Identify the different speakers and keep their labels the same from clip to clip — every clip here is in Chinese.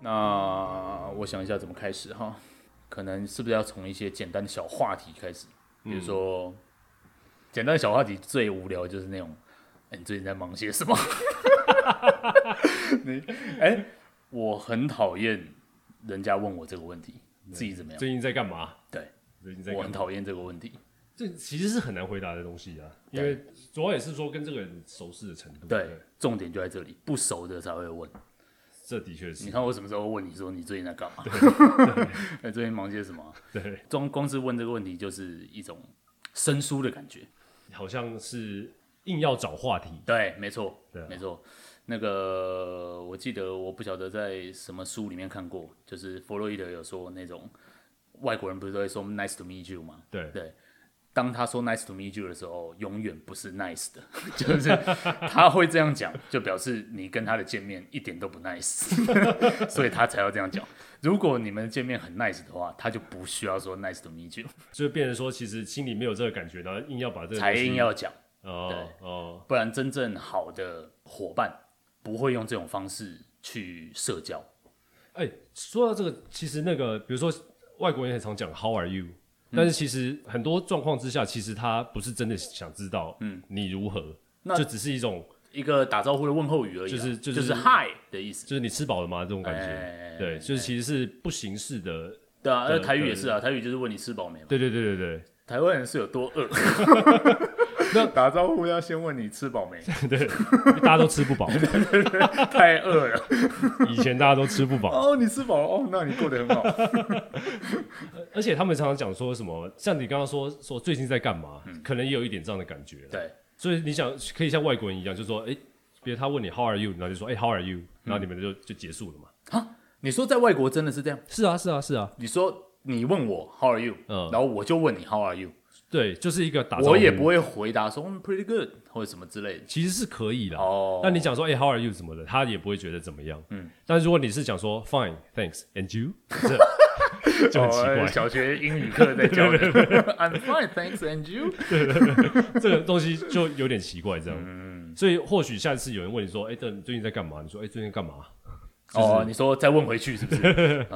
Speaker 1: 那我想一下怎么开始哈，可能是不是要从一些简单的小话题开始，比如说、简单的小话题最无聊就是那种，哎、你最近在忙些什么？ 你哎、我很讨厌人家问我这个问题，自己怎么样？
Speaker 2: 最近在干嘛？
Speaker 1: 对，
Speaker 2: 最近在
Speaker 1: 我
Speaker 2: 干
Speaker 1: 很
Speaker 2: 嘛？
Speaker 1: 讨厌这个问题。
Speaker 2: 这其实是很难回答的东西啊，因为主要也是说跟这个人熟识的程度。
Speaker 1: 对，重点就在这里，不熟的才会问。
Speaker 2: 这的确
Speaker 1: 你
Speaker 2: 是
Speaker 1: 看我什么时候问你说你最近在干嘛？ 哎，最近忙些什么啊？
Speaker 2: 对，
Speaker 1: 光光是问这个问题，就是一种生疏的感觉。
Speaker 2: 好像是硬要找话题。
Speaker 1: 对，没错，
Speaker 2: 对啊
Speaker 1: 没错。那个我记得，我不晓得在什么书里面看过，就是弗洛伊德有说那种外国人不是都会说 “nice to meet you” 吗？
Speaker 2: 对
Speaker 1: 对。当他说 “nice to meet you” 的时候，永远不是 nice 的， 就是他会这样讲，就表示你跟他的见面一点都不 nice，所以他才要这样讲。如果你们见面很 nice 的话，他就不需要说 “nice to meet you”，
Speaker 2: 就变成说，其实心里没有这个感觉，然后硬要把这个
Speaker 1: 才硬要讲。
Speaker 2: 哦哦，
Speaker 1: 不然真正好的伙伴不会用这种方式去社交。
Speaker 2: 哎、说到这个，其实那个，比如说外国人很常讲 “How are you”，、但是
Speaker 1: 嗯
Speaker 2: 其实很多状况之下，其实他不是真的想知道，嗯，你如何，
Speaker 1: 那
Speaker 2: 就只是一种，
Speaker 1: 一个打招呼的问候语而已啊、
Speaker 2: 就是
Speaker 1: 就
Speaker 2: 就是
Speaker 1: hi 的意思。
Speaker 2: 就是你吃饱了吗这种感觉，
Speaker 1: 哎
Speaker 2: 对，就是其实是不形式的，
Speaker 1: 对啊，那
Speaker 2: 对
Speaker 1: 台语也是啊，台语就是问你吃饱没嘛。
Speaker 2: 对对对对对，
Speaker 1: 台湾人是有多 饿？那打招呼要先问你吃饱 没，
Speaker 2: 大家都吃不饱，
Speaker 1: 太饿了。
Speaker 2: 以前大家都吃不饱，
Speaker 1: 哦，你吃饱了哦，那你过得很好。
Speaker 2: 而且他们常常讲说什么，像你刚刚说说最近在干嘛，可能也有一点这样的感觉，
Speaker 1: 对，
Speaker 2: 所以你想可以像外国人一样，就说，哎、比如他问你 How are you，然后就说，哎、h o w are you，然后你们就、就结束了嘛。
Speaker 1: 啊你说在外国真的是这样？
Speaker 2: 是啊，是啊，是啊，
Speaker 1: 你说你问我 How are you，、
Speaker 2: 嗯
Speaker 1: 然后我就问你 How are you，
Speaker 2: 对，就是一个打招呼，
Speaker 1: 我也不会回答说嗯 Pretty good 或者什么之类的。
Speaker 2: 其实是可以的。
Speaker 1: 哦
Speaker 2: 那你讲说，哎、h o w are you 什么的，他也不会觉得怎么样。嗯，但如果你是讲说，Fine，thanks，and you，这 就很奇
Speaker 1: 哦
Speaker 2: 怪。
Speaker 1: 小学英语课在教的。I'm fine, thanks, and you？
Speaker 2: 这个东西就有点奇怪，这
Speaker 1: 嗯
Speaker 2: 样。所以或许下次有人问你说，哎、欸，你最近在干嘛？你说，哎、最近干嘛？
Speaker 1: 哦，你说再问回去是不 是？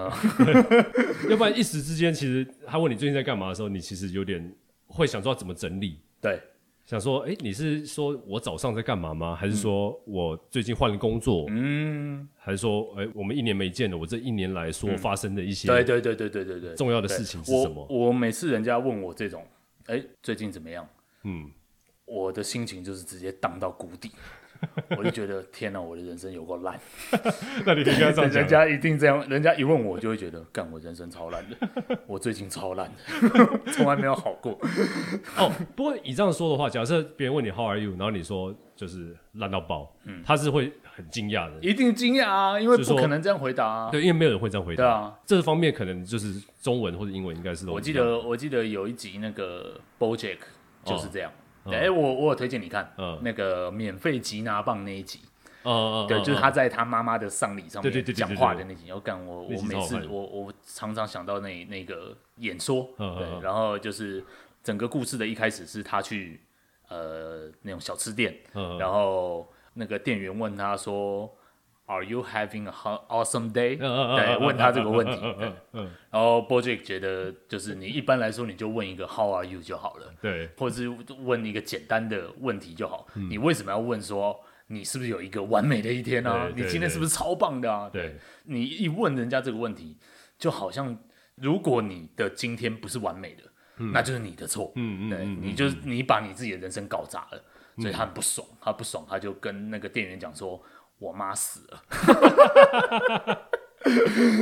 Speaker 2: 要不然一时之间，其实他问你最近在干嘛的时候，你其实有点会想说要怎么整理。
Speaker 1: 对，
Speaker 2: 想说，哎、你是说我早上在干嘛吗？还是说我最近换了工作？
Speaker 1: 嗯，
Speaker 2: 还是说，哎、我们一年没见了，我这一年来说发生的一些、
Speaker 1: 对对对对对对对，
Speaker 2: 重要的事情是
Speaker 1: 我
Speaker 2: 什么
Speaker 1: 我每次人家问我这种，哎，最近怎么样？
Speaker 2: 嗯，
Speaker 1: 我的心情就是直接荡到谷 底，我就觉得天哪，我的人生有够烂。
Speaker 2: 那你可以跟他这样
Speaker 1: 人
Speaker 2: 讲，
Speaker 1: 家一定这样，人家一问我就会觉得，干我人生超烂 的，我最近超烂的， 从来没有好过。
Speaker 2: 哦，不过以这样说的话，假设别人问你 How are you，然后你说就是烂到爆，
Speaker 1: 嗯
Speaker 2: 他是会很惊讶的，
Speaker 1: 一定惊讶啊，因为
Speaker 2: 就
Speaker 1: 不
Speaker 2: 说
Speaker 1: 可能这样回答啊。
Speaker 2: 对，因为没有人会这样回答。
Speaker 1: 对啊，
Speaker 2: 这方面可能就是中文或者英文应该是都
Speaker 1: 我记
Speaker 2: 一样，
Speaker 1: 得我记得有一集那个 BoJack 就是这样。
Speaker 2: 哦
Speaker 1: 对哎、我我有推荐你看，
Speaker 2: 嗯
Speaker 1: 那个免费吉拿棒那一集，
Speaker 2: 呃呃，
Speaker 1: 对，
Speaker 2: 呃
Speaker 1: 就是他，在他妈妈的丧礼上
Speaker 2: 对对
Speaker 1: 面
Speaker 2: 对对
Speaker 1: 讲
Speaker 2: 对
Speaker 1: 话
Speaker 2: 对
Speaker 1: 的那集。我干我
Speaker 2: 那
Speaker 1: 我
Speaker 2: 集超
Speaker 1: 每
Speaker 2: 好
Speaker 1: 次
Speaker 2: 看的
Speaker 1: 我我常常想到那那个演说，
Speaker 2: 嗯嗯
Speaker 1: 对，
Speaker 2: 嗯
Speaker 1: 然后就是整个故事的一开始是他去呃那种小吃店，
Speaker 2: 嗯
Speaker 1: 然后那个店员问他说，Are you having a ho- awesome day？
Speaker 2: 嗯嗯嗯
Speaker 1: 对，
Speaker 2: 嗯
Speaker 1: 问他这个问题，
Speaker 2: 嗯嗯
Speaker 1: 对
Speaker 2: 嗯嗯嗯，
Speaker 1: 然后 BoJack 觉得，就是你一般来说，你就问一个 How are you 就好了，
Speaker 2: 对，
Speaker 1: 或者是问一个简单的问题就好。
Speaker 2: 嗯
Speaker 1: 你为什么要问说你是不是有一个完美的一天啊
Speaker 2: 对？对
Speaker 1: 你今天是不是超棒的啊？
Speaker 2: 对，
Speaker 1: 你一问人家这个问题，就好像如果你的今天不是完美的，那就是你的错。
Speaker 2: 嗯嗯
Speaker 1: 对，
Speaker 2: 嗯
Speaker 1: 你就是你把你自己的人生搞砸了，所以他很不爽，他不爽，他就跟那个店员讲说：“我妈死了。”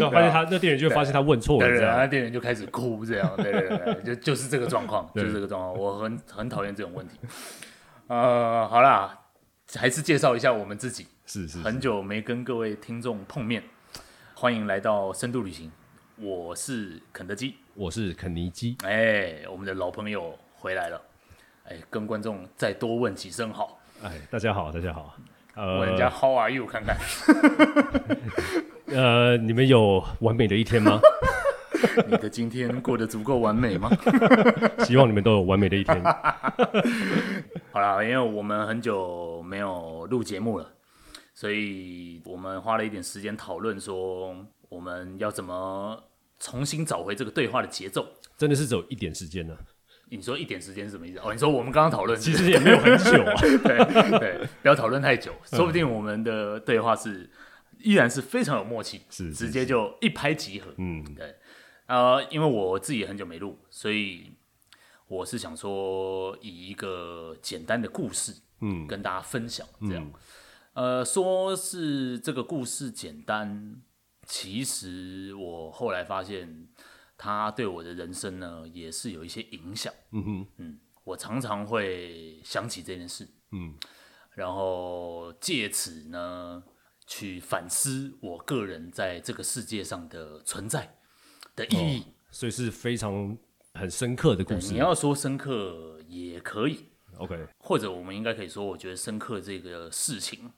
Speaker 2: 然后发现他那店员就会发现他问错了，
Speaker 1: 对对
Speaker 2: 这
Speaker 1: 对，
Speaker 2: 样，
Speaker 1: 那店员就开始哭，这样，对对对，对 就就是这个状况，就是这个状况，我很很讨厌这种问题。呃，好啦，还是介绍一下我们自己，
Speaker 2: 是是，
Speaker 1: 很久没跟各位听众碰面，欢迎来到深度旅行，我是肯德基，
Speaker 2: 我是肯尼基，
Speaker 1: 哎，我们的老朋友回来了，哎，跟观众再多问几声好，
Speaker 2: 哎，大家好，大家好，呃，
Speaker 1: 问人家 How are you 看看，
Speaker 2: 呃，你们有完美的一天 吗？
Speaker 1: 你的今天过得足够完美吗？
Speaker 2: 希望你们都有完美的一天。
Speaker 1: 好啦，因为我们很久没有录节目了，所以我们花了一点时间讨论说，我们要怎么重新找回这个对话的节奏？
Speaker 2: 真的是只有一点时间呢、
Speaker 1: 你说一点时间是什么意思？哦，你说我们刚刚讨论，
Speaker 2: 其实也没有很 久啊。
Speaker 1: 对对，不要讨论太久，说不定我们的对话是依然是非常有默契，
Speaker 2: 是是
Speaker 1: 直接就一拍即合。
Speaker 2: 嗯，
Speaker 1: 对，呃，因为我自己也很久没录，所以我是想说以一个简单的故事，嗯，跟大家分享这样。呃，说是这个故事简单，其实我后来发现，它对我的人生呢也是有一些影响。嗯
Speaker 2: 哼，
Speaker 1: 嗯，我常常会想起这件事，
Speaker 2: 嗯，
Speaker 1: 然后借此呢去反思我个人在这个世界上的存在的意义。
Speaker 2: 所以是非常很深刻的哦故
Speaker 1: 对
Speaker 2: 事
Speaker 1: 你。要说深刻也可以，
Speaker 2: OK，
Speaker 1: 或者我们应该可以说，我觉得深刻这个事情，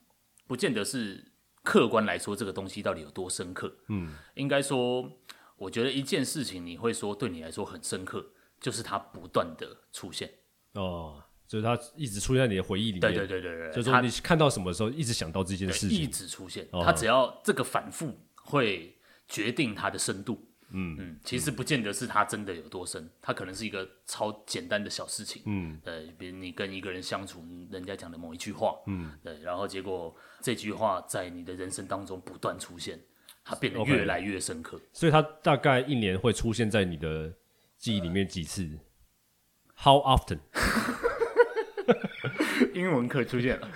Speaker 1: 不见得是客观来说这个东西到底有多深刻。嗯，应该说，我觉得一件事情你会说对你来说很深刻，就是它不断的出现。
Speaker 2: 哦，就是它一直出现在你的回忆里面。
Speaker 1: 对对对对对，
Speaker 2: 就是
Speaker 1: 它
Speaker 2: 说你看到什么时候，一直想到这件
Speaker 1: 对
Speaker 2: 事
Speaker 1: 一
Speaker 2: 情。
Speaker 1: 直出现，它只要这个反复会决定它的深度。嗯嗯，其实不见得是它真的有多深，它可能是一个超简单的小事情。嗯，呃，比如你跟一个人相处，人家讲的某一句话，嗯，对，然后结果这句话在你的人生当中不断出现，它变得
Speaker 2: OK
Speaker 1: 越来越深刻。
Speaker 2: 所以它大概一年会出现在你的记忆里面几次？How often？
Speaker 1: 英文课出现了，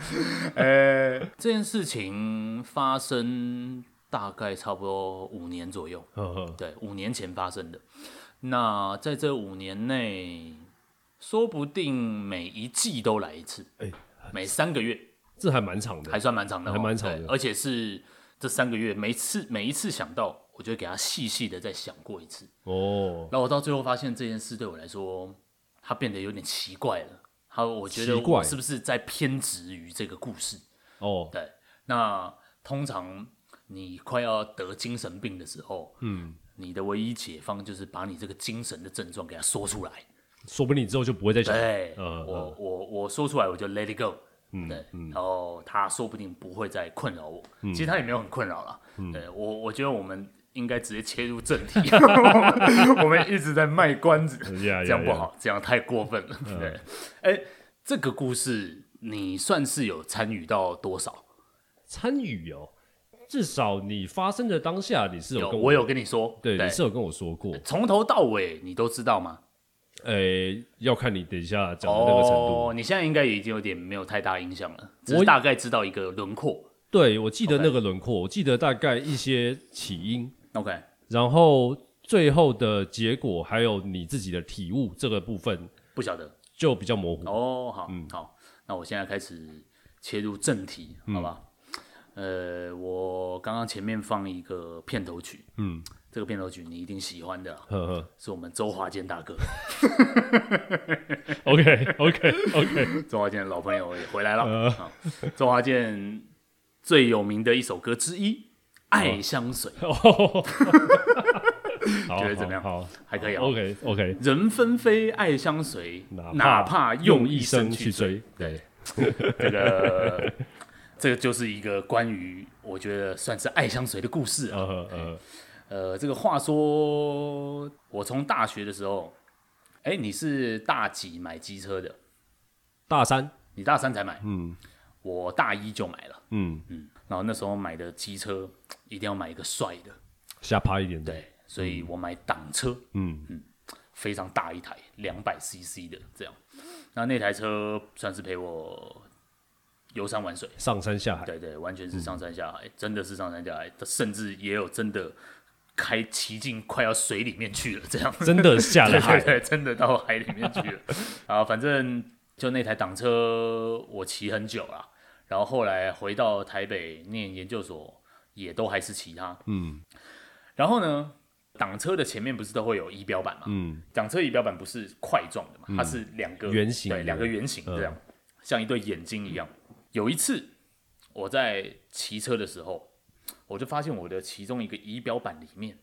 Speaker 1: 呃，这件事情发生大概差不多五年左右。
Speaker 2: 呵呵
Speaker 1: 对，五年前发生的。那在这五年内，说不定每一季都来一次，
Speaker 2: 哎
Speaker 1: 每三个月
Speaker 2: 这还蛮长的
Speaker 1: 还。算蛮长的哦、
Speaker 2: 还蛮长的
Speaker 1: 对而且是这三个月，每次每一次想到，我就会给他细细的再想过一次。
Speaker 2: 哦，
Speaker 1: 然后我到最后发现这件事对我来说，它变得有点奇怪了。它我觉得
Speaker 2: 奇怪
Speaker 1: 我是不是在偏执于这个故事？
Speaker 2: 哦，
Speaker 1: 对，那通常你快要得精神病的时候，嗯，你的唯一解放就是把你这个精神的症状给它说出来。
Speaker 2: 说不定你之后就不会再想。
Speaker 1: 对，
Speaker 2: 嗯
Speaker 1: 我我我说出来我就 let it go，嗯，对，然后他说不定不会再困扰我。其实他也没有很困扰了。对我我觉得我们应该直接切入正题， 我们我们一直在卖关子
Speaker 2: Yeah, yeah,
Speaker 1: 这样不好，这样太过分了。对，哎，这个故事你算是有参与到多少？
Speaker 2: 参与哦，至少你发生的当下，你是有
Speaker 1: 有，
Speaker 2: 跟
Speaker 1: 我有跟你说，
Speaker 2: 对，你是有跟我说过。
Speaker 1: 从头到尾你都知道吗？
Speaker 2: 诶，要看你等一下讲的那个程度。
Speaker 1: 哦，你现在应该已经有点没有太大影响了，只
Speaker 2: 我
Speaker 1: 是大概知道一个轮廓。
Speaker 2: 对，我记得那个轮廓，我记得大概一些起因，
Speaker 1: OK，
Speaker 2: 然后最后的结果，还有你自己的体悟这个部分
Speaker 1: 不晓得。
Speaker 2: 就比较模糊。
Speaker 1: 哦，好，
Speaker 2: 嗯
Speaker 1: 好，那我现在开始切入正题，好吧？
Speaker 2: 嗯
Speaker 1: 呃，我刚刚前面放一个片头曲，嗯，这个片头曲你一定喜欢的啊，
Speaker 2: 呵呵
Speaker 1: 是我们周华健大哥，
Speaker 2: ，OK OK OK，
Speaker 1: 周华健的老朋友也回来
Speaker 2: 呃
Speaker 1: 了。好周华健最有名的一首歌之
Speaker 2: 哦
Speaker 1: 一《爱香水》，
Speaker 2: 好，
Speaker 1: 觉得怎么样
Speaker 2: 好好
Speaker 1: 还可以啊。
Speaker 2: ，OK OK，
Speaker 1: 人分飞，爱相随，哪
Speaker 2: 哪
Speaker 1: 怕
Speaker 2: 怕
Speaker 1: 用
Speaker 2: 用
Speaker 1: 一
Speaker 2: 一
Speaker 1: 生
Speaker 2: 生
Speaker 1: 去
Speaker 2: 去
Speaker 1: 追。
Speaker 2: 追。对，
Speaker 1: 这个， 这个就是一个关于我觉得算是爱相随的故事啊。
Speaker 2: 呃呃，
Speaker 1: 呃，这个话说，我从大学的时候，哎，你是大几买机车的？
Speaker 2: 大三，
Speaker 1: 你大三才买，嗯，我大一就买了，
Speaker 2: 嗯，
Speaker 1: 嗯，然后那时候买的机车一定要买一个帅的，
Speaker 2: 下趴一点的，
Speaker 1: 对，所以我买挡车，
Speaker 2: 嗯
Speaker 1: 非常大一台，两百 CC 的这样。那那台车算是陪我游山玩水，
Speaker 2: 上山下海，
Speaker 1: 对对，完全是上山下海，真的是上山下海，甚至也有真的开骑进快要水里面去了这样。
Speaker 2: 真的下了
Speaker 1: 对对
Speaker 2: 海。
Speaker 1: 对，真的到海里面去了。 啊，反正就那台挡车我骑很久了，然后后来回到台北念研究所，也都还是骑它。嗯，然后呢，挡车的前面不是都会有仪表板嘛？嗯，挡车仪表板不是块状的嘛，它是两个
Speaker 2: 嗯圆形的嗯
Speaker 1: 对，两个圆形这样，像一对眼睛一样。有一次我在骑车的时候，我就发现我的其中一个仪表板里面。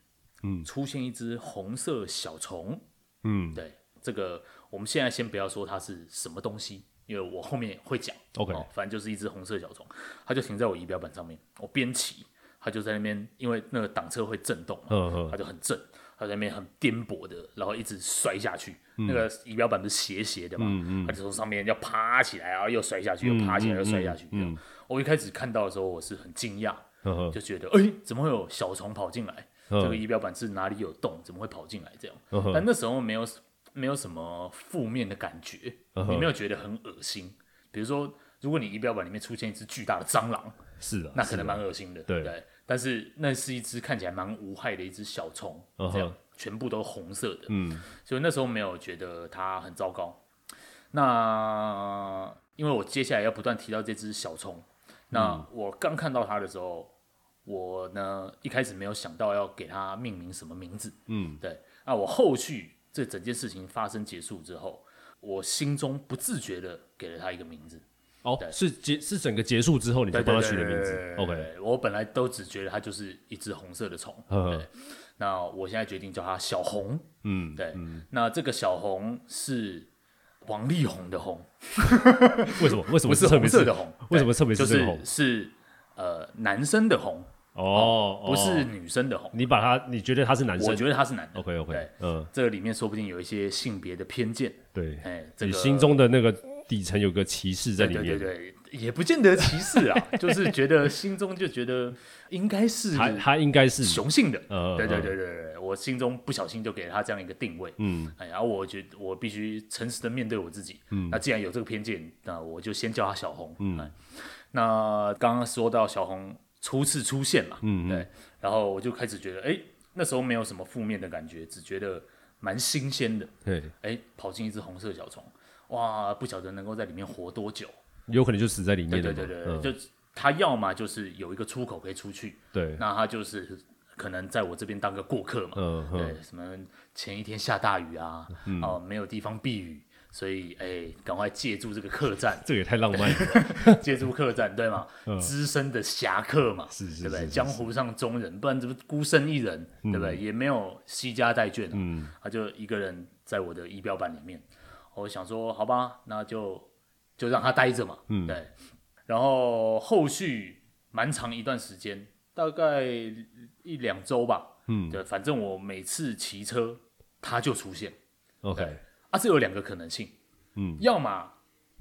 Speaker 1: 出现一只红色小虫。
Speaker 2: 嗯
Speaker 1: 对，这个我们现在先不要说它是什么东西，因为我后面会讲。
Speaker 2: OK
Speaker 1: 哦反正就是一只红色小虫，它就停在我仪表板上面。我边骑，他就在那边，因为那个挡车会震动嘛，
Speaker 2: 嗯嗯
Speaker 1: 他就很震，他在那边很颠簸的，然后一直摔下去。
Speaker 2: 嗯
Speaker 1: 那个仪表板不是斜斜的嘛，他就从上面要爬起来，然后又摔下去，
Speaker 2: 嗯
Speaker 1: 又爬起来，又摔下去。这样我一开始看到的时候，我是很惊讶，
Speaker 2: 嗯哼
Speaker 1: 就觉得哎、诶怎么会有小虫跑进来？
Speaker 2: 嗯
Speaker 1: 这个仪表板是哪里有洞？怎么会跑进来？这样
Speaker 2: 嗯哼，
Speaker 1: 但那时候没有没有什么负面的感觉，
Speaker 2: 嗯
Speaker 1: 你没有觉得很恶心。比如说，如果你仪表板里面出现一只巨大的蟑螂，
Speaker 2: 是的，
Speaker 1: 那
Speaker 2: 是
Speaker 1: 可能蛮恶心的，
Speaker 2: 对
Speaker 1: 但是那是一只看起来蛮无害的一只小虫
Speaker 2: 嗯哼
Speaker 1: 这样全部都红色的，嗯，所以那时候没有觉得它很糟糕。那因为我接下来要不断提到这只小虫，
Speaker 2: 嗯
Speaker 1: 那我刚看到它的时候，我呢一开始没有想到要给它命名什么名字，嗯，对。那我后续这整件事情发生结束之后，我心中不自觉的给了它一个名字，
Speaker 2: 哦，是结是整个结束之后你才
Speaker 1: 对
Speaker 2: 帮
Speaker 1: 对
Speaker 2: 他取
Speaker 1: 对
Speaker 2: 的
Speaker 1: 对
Speaker 2: 名
Speaker 1: 对
Speaker 2: 字
Speaker 1: 对
Speaker 2: ，OK，
Speaker 1: 对我本来都只觉得它就是一只红色的虫，
Speaker 2: 嗯
Speaker 1: 对。那我现在决定叫它小红，嗯，对。那这个小红是王力宏的红，
Speaker 2: 为什么为什么
Speaker 1: 不是
Speaker 2: 特别
Speaker 1: 红色的红。
Speaker 2: 为什
Speaker 1: 对
Speaker 2: 么特别
Speaker 1: 就是
Speaker 2: 这个红
Speaker 1: 是是呃男生的红，
Speaker 2: 哦，
Speaker 1: 不是
Speaker 2: 哦
Speaker 1: 女生的红。
Speaker 2: 你把他你觉得他是男
Speaker 1: 我
Speaker 2: 生
Speaker 1: 觉得他是男的。
Speaker 2: ，OK
Speaker 1: 对
Speaker 2: OK，嗯，
Speaker 1: 这里面说不定有一些性别的偏见，
Speaker 2: 对，
Speaker 1: 哎，这
Speaker 2: 你
Speaker 1: 个
Speaker 2: 心中的那个底层有个歧视在里
Speaker 1: 对对
Speaker 2: 面，
Speaker 1: 对，也不见得歧视啊，就是觉得心中就觉得应该是
Speaker 2: 他他应该是
Speaker 1: 雄性的，
Speaker 2: 嗯
Speaker 1: 对对
Speaker 2: 嗯
Speaker 1: 对对对，我心中不小心就给了他这样一个定位，嗯，哎，然后我觉得我必须诚实的面对我自己，嗯，那既然有这个偏见，那我就先叫他小红，嗯，那刚刚说到小红初次出现嘛，嗯，对，然后我就开始觉得，哎，那时候没有什么负面的感觉，只觉得蛮新鲜的，
Speaker 2: 对，
Speaker 1: 哎，跑进一只红色小虫，哇，不晓得能够在里面活多久，
Speaker 2: 有可能就死在里面了
Speaker 1: 对
Speaker 2: 嘛，
Speaker 1: 对对
Speaker 2: 嗯
Speaker 1: 对，就他要么就是有一个出口可以出去，
Speaker 2: 对，
Speaker 1: 那他就是可能在我这边当个过客嘛，
Speaker 2: 嗯哼，，
Speaker 1: 对，什么前一天下大雨啊，哦、没有地方避雨，所以哎，赶快借助这个客栈
Speaker 2: 这个也太浪漫了，
Speaker 1: 借助客栈，对吗？资深的侠客嘛，
Speaker 2: 嗯是是
Speaker 1: 对不
Speaker 2: 是
Speaker 1: 对？
Speaker 2: 是嗯
Speaker 1: 江湖上中人，不然怎么孤身一人，对不对？也没有惜家带眷、啊，他就一个人在我的仪表板里面，我想说，好吧，那就就让他待着嘛，对。然后后续蛮长一段时间，大概一两周吧，嗯，对，反正我每次骑车，他就出现，
Speaker 2: ，OK，
Speaker 1: 啊，这有两个可能性，嗯，要么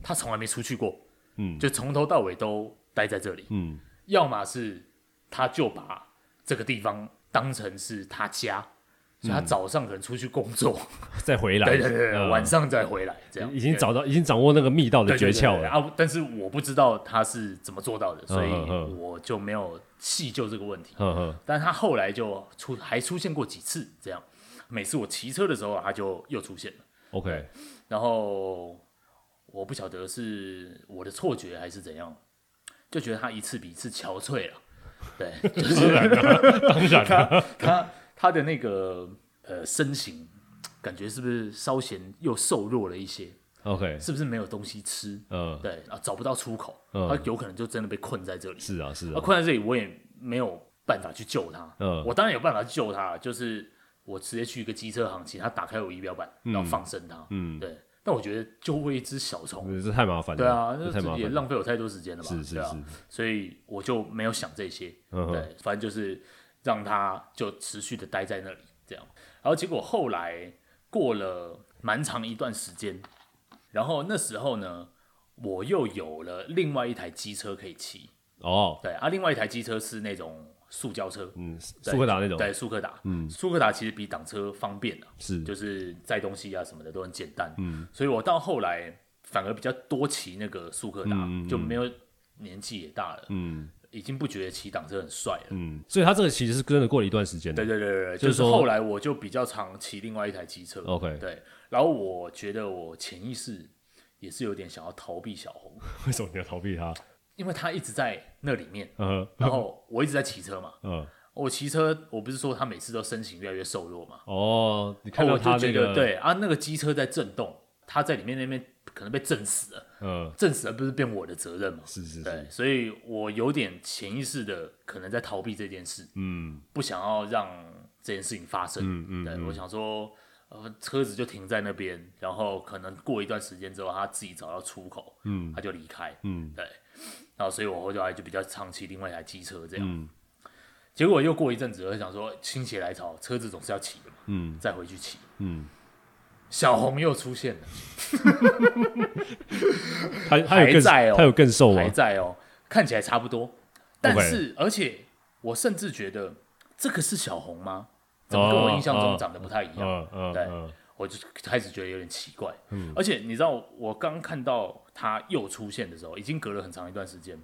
Speaker 1: 他从来没出去过，
Speaker 2: 嗯，
Speaker 1: 就从头到尾都待在这里，
Speaker 2: 嗯，
Speaker 1: 要么是他就把这个地方当成是他家，所以他早上可能出去工作，
Speaker 2: 再回来，
Speaker 1: 对对对，
Speaker 2: 嗯
Speaker 1: 晚上再回来，这样
Speaker 2: 已经
Speaker 1: 对
Speaker 2: 找到已经掌握那个密道的
Speaker 1: 对
Speaker 2: 诀
Speaker 1: 对对
Speaker 2: 窍
Speaker 1: 对
Speaker 2: 了，
Speaker 1: 啊！但是我不知道他是怎么做到的，所以
Speaker 2: 嗯嗯嗯
Speaker 1: 我就没有细究这个问题。
Speaker 2: 嗯哼，
Speaker 1: 但他后来就出还出现过几次，这样每次我骑车的时候啊，他就又出现了。
Speaker 2: OK，
Speaker 1: 然后我不晓得是我的错觉还是怎样，就觉得他一次比一次憔悴了。 对，就是
Speaker 2: 当然了，
Speaker 1: 他他的那个呃身形，感觉是不是稍显又瘦弱了一些？
Speaker 2: ，OK，
Speaker 1: 是不是没有东西吃？
Speaker 2: 嗯，
Speaker 1: 对啊，找不到出口，
Speaker 2: 嗯
Speaker 1: 他有可能就真的被困在这里。
Speaker 2: 是啊是
Speaker 1: 啊，
Speaker 2: 啊，
Speaker 1: 困在这里，我也没有办法去救他。
Speaker 2: 嗯
Speaker 1: 我当然有办法去救他，就是我直接去一个机车行，请他打开我仪表板，然后放生他。嗯，对。但我觉得就喂一只小虫，
Speaker 2: 这太麻烦了，
Speaker 1: 对啊，
Speaker 2: 这太麻
Speaker 1: 这也
Speaker 2: 烦了，
Speaker 1: 浪费我太多时间了吧？
Speaker 2: 是是
Speaker 1: 对啊
Speaker 2: 是，
Speaker 1: 所以我就没有想这些。
Speaker 2: 嗯哼
Speaker 1: 对，反正就是让他就持续的待在那里这样。然后结果后来过了蛮长一段时间，然后那时候呢，我又有了另外一台机车可以骑。
Speaker 2: 哦，
Speaker 1: 对啊，另外一台机车是那种塑胶车，
Speaker 2: 嗯，苏格达那种，
Speaker 1: 对，速克达，嗯，速克达其实比挡车方便啊，
Speaker 2: 是
Speaker 1: 就是载东西啊什么的都很简单，嗯，所以我到后来反而比较多骑那个速克达，
Speaker 2: 嗯
Speaker 1: 就没有年纪也大了，嗯，已经不觉得骑挡车很帅了，
Speaker 2: 嗯，所以他这个其实是真的过了一段时间的
Speaker 1: 对对对对对，
Speaker 2: 就
Speaker 1: 就是是
Speaker 2: 说
Speaker 1: 后来我就比较常骑另外一台机车
Speaker 2: OK
Speaker 1: 对，然后我觉得我潜意识也是有点想要逃避小红，
Speaker 2: 为什么你要逃避他？
Speaker 1: 因为他一直在那里面，
Speaker 2: 嗯哼
Speaker 1: 然后我一直在骑车嘛。
Speaker 2: 嗯，
Speaker 1: 我骑车，我不是说他每次都身形越来越瘦弱嘛？
Speaker 2: 哦，你看到
Speaker 1: 我就
Speaker 2: 他
Speaker 1: 觉
Speaker 2: 那
Speaker 1: 得
Speaker 2: 个，，
Speaker 1: 对啊，那个机车在震动，他在里面那边可能被震死了，
Speaker 2: 嗯，
Speaker 1: 震死了不是变我的责任嘛？
Speaker 2: 是是
Speaker 1: 对
Speaker 2: 是，，
Speaker 1: 所以我有点潜意识的可能在逃避这件事，
Speaker 2: 嗯，
Speaker 1: 不想要让这件事情发生。
Speaker 2: 嗯嗯
Speaker 1: 对我想说，呃，车子就停在那边，然后可能过一段时间之后，他自己找到出口，嗯，他就离开，
Speaker 2: 嗯，嗯
Speaker 1: 对。然后，所以我后来就比较长期另外一台机车这样。结果又过一阵子，我就想说心血来潮，车子总是要骑的嘛，嗯，再回去骑，
Speaker 2: 嗯，
Speaker 1: 小红又出现了，
Speaker 2: 他他有
Speaker 1: 还
Speaker 2: 更
Speaker 1: 在哦
Speaker 2: 他有更瘦
Speaker 1: 还
Speaker 2: 吗？
Speaker 1: 在哦，看起来差不多，但是而且我甚至觉得这个是小红吗？怎么跟我印象中长得不太一样？
Speaker 2: 嗯嗯
Speaker 1: 对
Speaker 2: 嗯，
Speaker 1: 我就开始觉得有点奇怪，嗯，而且你知道我刚看到他又出现的时候，已经隔了很长一段时间，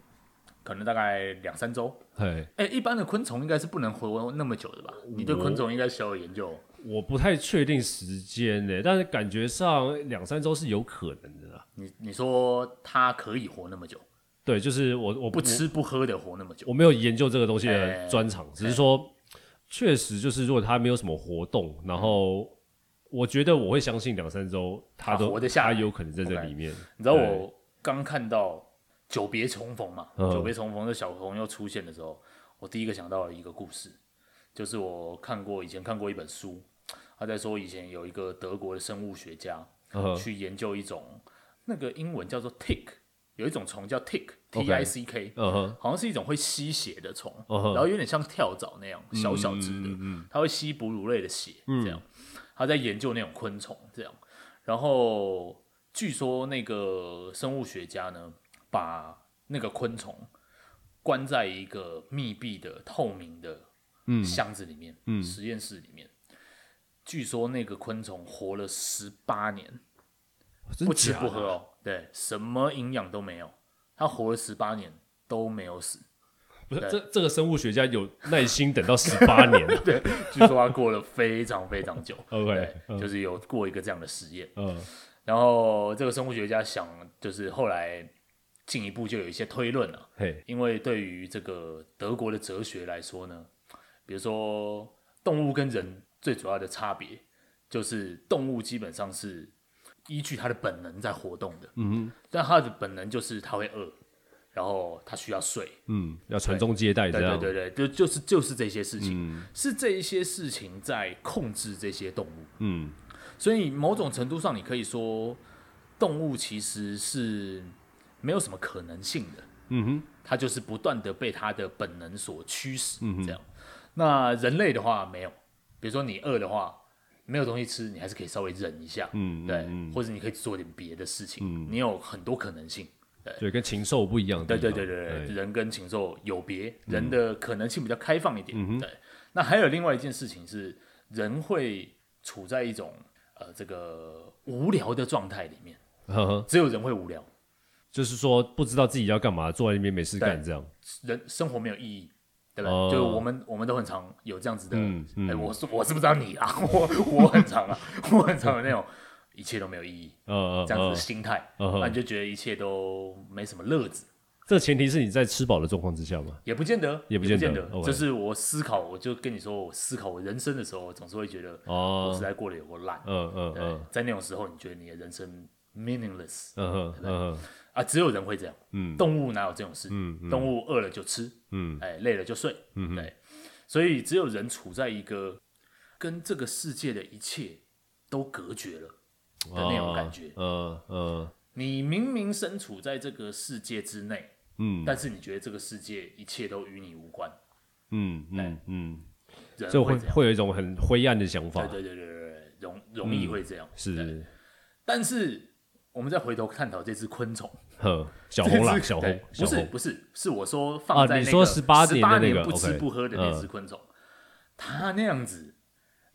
Speaker 1: 可能大概两三周，
Speaker 2: 嘿，
Speaker 1: 哎、一般的昆虫应该是不能活那么久的吧？你对昆虫应该小有研究。
Speaker 2: 我不太确定时间呢，但是感觉上两三周是有可能的啦。
Speaker 1: 你你说它可以活那么久，
Speaker 2: 对，就是我我
Speaker 1: 不吃不喝的活那么久，
Speaker 2: 我没有研究这个东西的
Speaker 1: 哎
Speaker 2: 专长，只是说，确实就是如果他没有什么活动，然后我觉得我会相信两三周他都
Speaker 1: 他活得下来
Speaker 2: 他有可能在这里面。
Speaker 1: 你知道
Speaker 2: 对
Speaker 1: 我刚看到《久别重逢》嘛，
Speaker 2: 嗯
Speaker 1: 久别重逢》的小红又出现的时候，我第一个想到了一个故事，就是我看过以前看过一本书，他在说以前有一个德国的生物学家
Speaker 2: 嗯
Speaker 1: 去研究一种那个英文叫做 tick，有一种虫叫
Speaker 2: OK
Speaker 1: tick，T I C K，
Speaker 2: 嗯哼，
Speaker 1: 好像是一种会吸血的虫，
Speaker 2: 嗯哼
Speaker 1: 然后有点像跳蚤那样
Speaker 2: 嗯
Speaker 1: 小小只的，它会吸哺乳类的血，这样。他在研究那种昆虫，这样。然后据说那个生物学家呢，把那个昆虫关在一个密闭的透明的
Speaker 2: 嗯
Speaker 1: 箱子里面，实验室里面。据说那个昆虫活了十八年，
Speaker 2: 真
Speaker 1: 不吃
Speaker 2: 假的
Speaker 1: 不喝哦，对，什么营养都没有，它活了十八年都没有死。
Speaker 2: 不是
Speaker 1: 对
Speaker 2: 这这个生物学家有耐心等到十八年。
Speaker 1: 对，据说他过了非常非常久。
Speaker 2: OK，
Speaker 1: 对，就是有过一个这样的实验。
Speaker 2: 嗯
Speaker 1: 然后这个生物学家想，就是后来进一步就有一些推论了，
Speaker 2: 嘿，
Speaker 1: 因为对于这个德国的哲学来说呢，比如说动物跟人最主要的差别就是动物基本上是依据它的本能在活动的，
Speaker 2: 嗯
Speaker 1: 但它的本能就是它会饿，然后它需要睡，
Speaker 2: 嗯，要传宗接代这
Speaker 1: 对
Speaker 2: 样。嗯
Speaker 1: 对对对，就就是就是这些事情，是这一些事情在控制这些动物。
Speaker 2: 嗯
Speaker 1: 所以某种程度上，你可以说动物其实是没有什么可能性的，
Speaker 2: 嗯哼，
Speaker 1: 它就是不断的被它的本能所驱使，
Speaker 2: 嗯
Speaker 1: 这样。那人类的话没有，比如说你饿的话，没有东西吃，你还是可以稍微忍一下，
Speaker 2: 嗯
Speaker 1: 对，
Speaker 2: 嗯嗯嗯
Speaker 1: 或者你可以做点别的事情，你有很多可能性。
Speaker 2: 对，跟禽兽不一样的
Speaker 1: 对
Speaker 2: 地方。哎嗯
Speaker 1: 对对对对，人跟禽兽有别，人的可能性比较开放一点。对，那还有另外一件事情是，人会处在一种呃这个无聊的状态里面，
Speaker 2: 呵呵，
Speaker 1: 只有人会无聊，
Speaker 2: 嗯就是说不知道自己要干嘛，坐在那边没事干这样。
Speaker 1: 人生活没有意义。对吧？
Speaker 2: 哦
Speaker 1: 就是我们我们都很常有这样子的，哎、
Speaker 2: 嗯嗯
Speaker 1: 我是我是不知道你啊， 我我很常啊，我很常有那种一切都没有意义
Speaker 2: 嗯嗯
Speaker 1: 这样子的
Speaker 2: 嗯，
Speaker 1: 心态，
Speaker 2: 嗯嗯
Speaker 1: 那你就觉得一切都没什么乐子，
Speaker 2: 这前提是你在吃饱的状况之下嘛。
Speaker 1: 也不见得，也
Speaker 2: 也不
Speaker 1: 不
Speaker 2: 见
Speaker 1: 见
Speaker 2: 得，OK 哦
Speaker 1: 就是我思考，我就跟你说，我思考我人生的时候，我总是会觉得我
Speaker 2: 哦
Speaker 1: 实，在过得有够烂。
Speaker 2: 嗯嗯
Speaker 1: 对
Speaker 2: 嗯，
Speaker 1: 在那种时候，你觉得你的人生 meaningless
Speaker 2: 嗯哼嗯哼
Speaker 1: 啊？只有人会这样，
Speaker 2: 嗯
Speaker 1: 动物哪有这种事？
Speaker 2: 嗯嗯
Speaker 1: 动物饿了就吃，
Speaker 2: 嗯
Speaker 1: 哎，累了就睡，
Speaker 2: 嗯哼
Speaker 1: 对。所以只有人处在一个跟这个世界的一切都隔绝了的那种感觉。
Speaker 2: 嗯嗯
Speaker 1: 你明明身处在这个世界之内，
Speaker 2: 嗯
Speaker 1: 但是你觉得这个世界一切都与你无关，
Speaker 2: 嗯嗯嗯，
Speaker 1: 人
Speaker 2: 就
Speaker 1: 会
Speaker 2: 会
Speaker 1: 这样。
Speaker 2: 会有一种很灰暗的想法，
Speaker 1: 对对对对对对，容容易会这样。对，
Speaker 2: 嗯是
Speaker 1: 但是我们再回头探讨这只昆虫，
Speaker 2: 呵，小红啦，
Speaker 1: 这只
Speaker 2: 小红
Speaker 1: 对，
Speaker 2: 小
Speaker 1: 不是
Speaker 2: 红，
Speaker 1: 不是，是我说放在
Speaker 2: 啊你
Speaker 1: 那
Speaker 2: 说
Speaker 1: 个
Speaker 2: 18年的那个
Speaker 1: 18不吃
Speaker 2: OK，嗯
Speaker 1: 不喝的那只昆虫，它那样子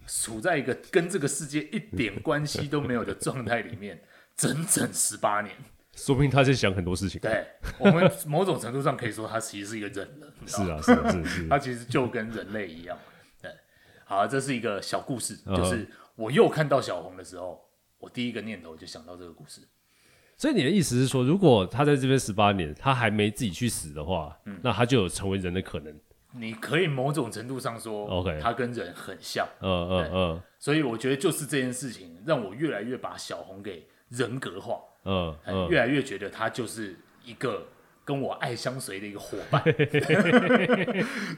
Speaker 1: 处在一个跟这个世界一点关系都没有的状态里面，整整十八年。
Speaker 2: 说不定他在想很多事情。
Speaker 1: 对我们某种程度上可以说，它其实是一个人了，你知道
Speaker 2: 是
Speaker 1: 吗
Speaker 2: 啊，是啊，是是，
Speaker 1: 它其实就跟人类一样。对，好，这是一个小故事，
Speaker 2: 嗯哼
Speaker 1: 就是我又看到小红的时候，我第一个念头就想到这个故事。
Speaker 2: 所以你的意思是说，如果他在这边十八年，他还没自己去死的话，
Speaker 1: 嗯
Speaker 2: 那他就有成为人的可能。
Speaker 1: 你可以某种程度上说
Speaker 2: OK
Speaker 1: 它跟人很像，
Speaker 2: 嗯嗯嗯
Speaker 1: 所以我觉得就是这件事情让我越来越把小红给人格化，
Speaker 2: 嗯
Speaker 1: 哎
Speaker 2: 嗯，
Speaker 1: 越来越觉得她就是一个跟我爱相随的一个伙 伴。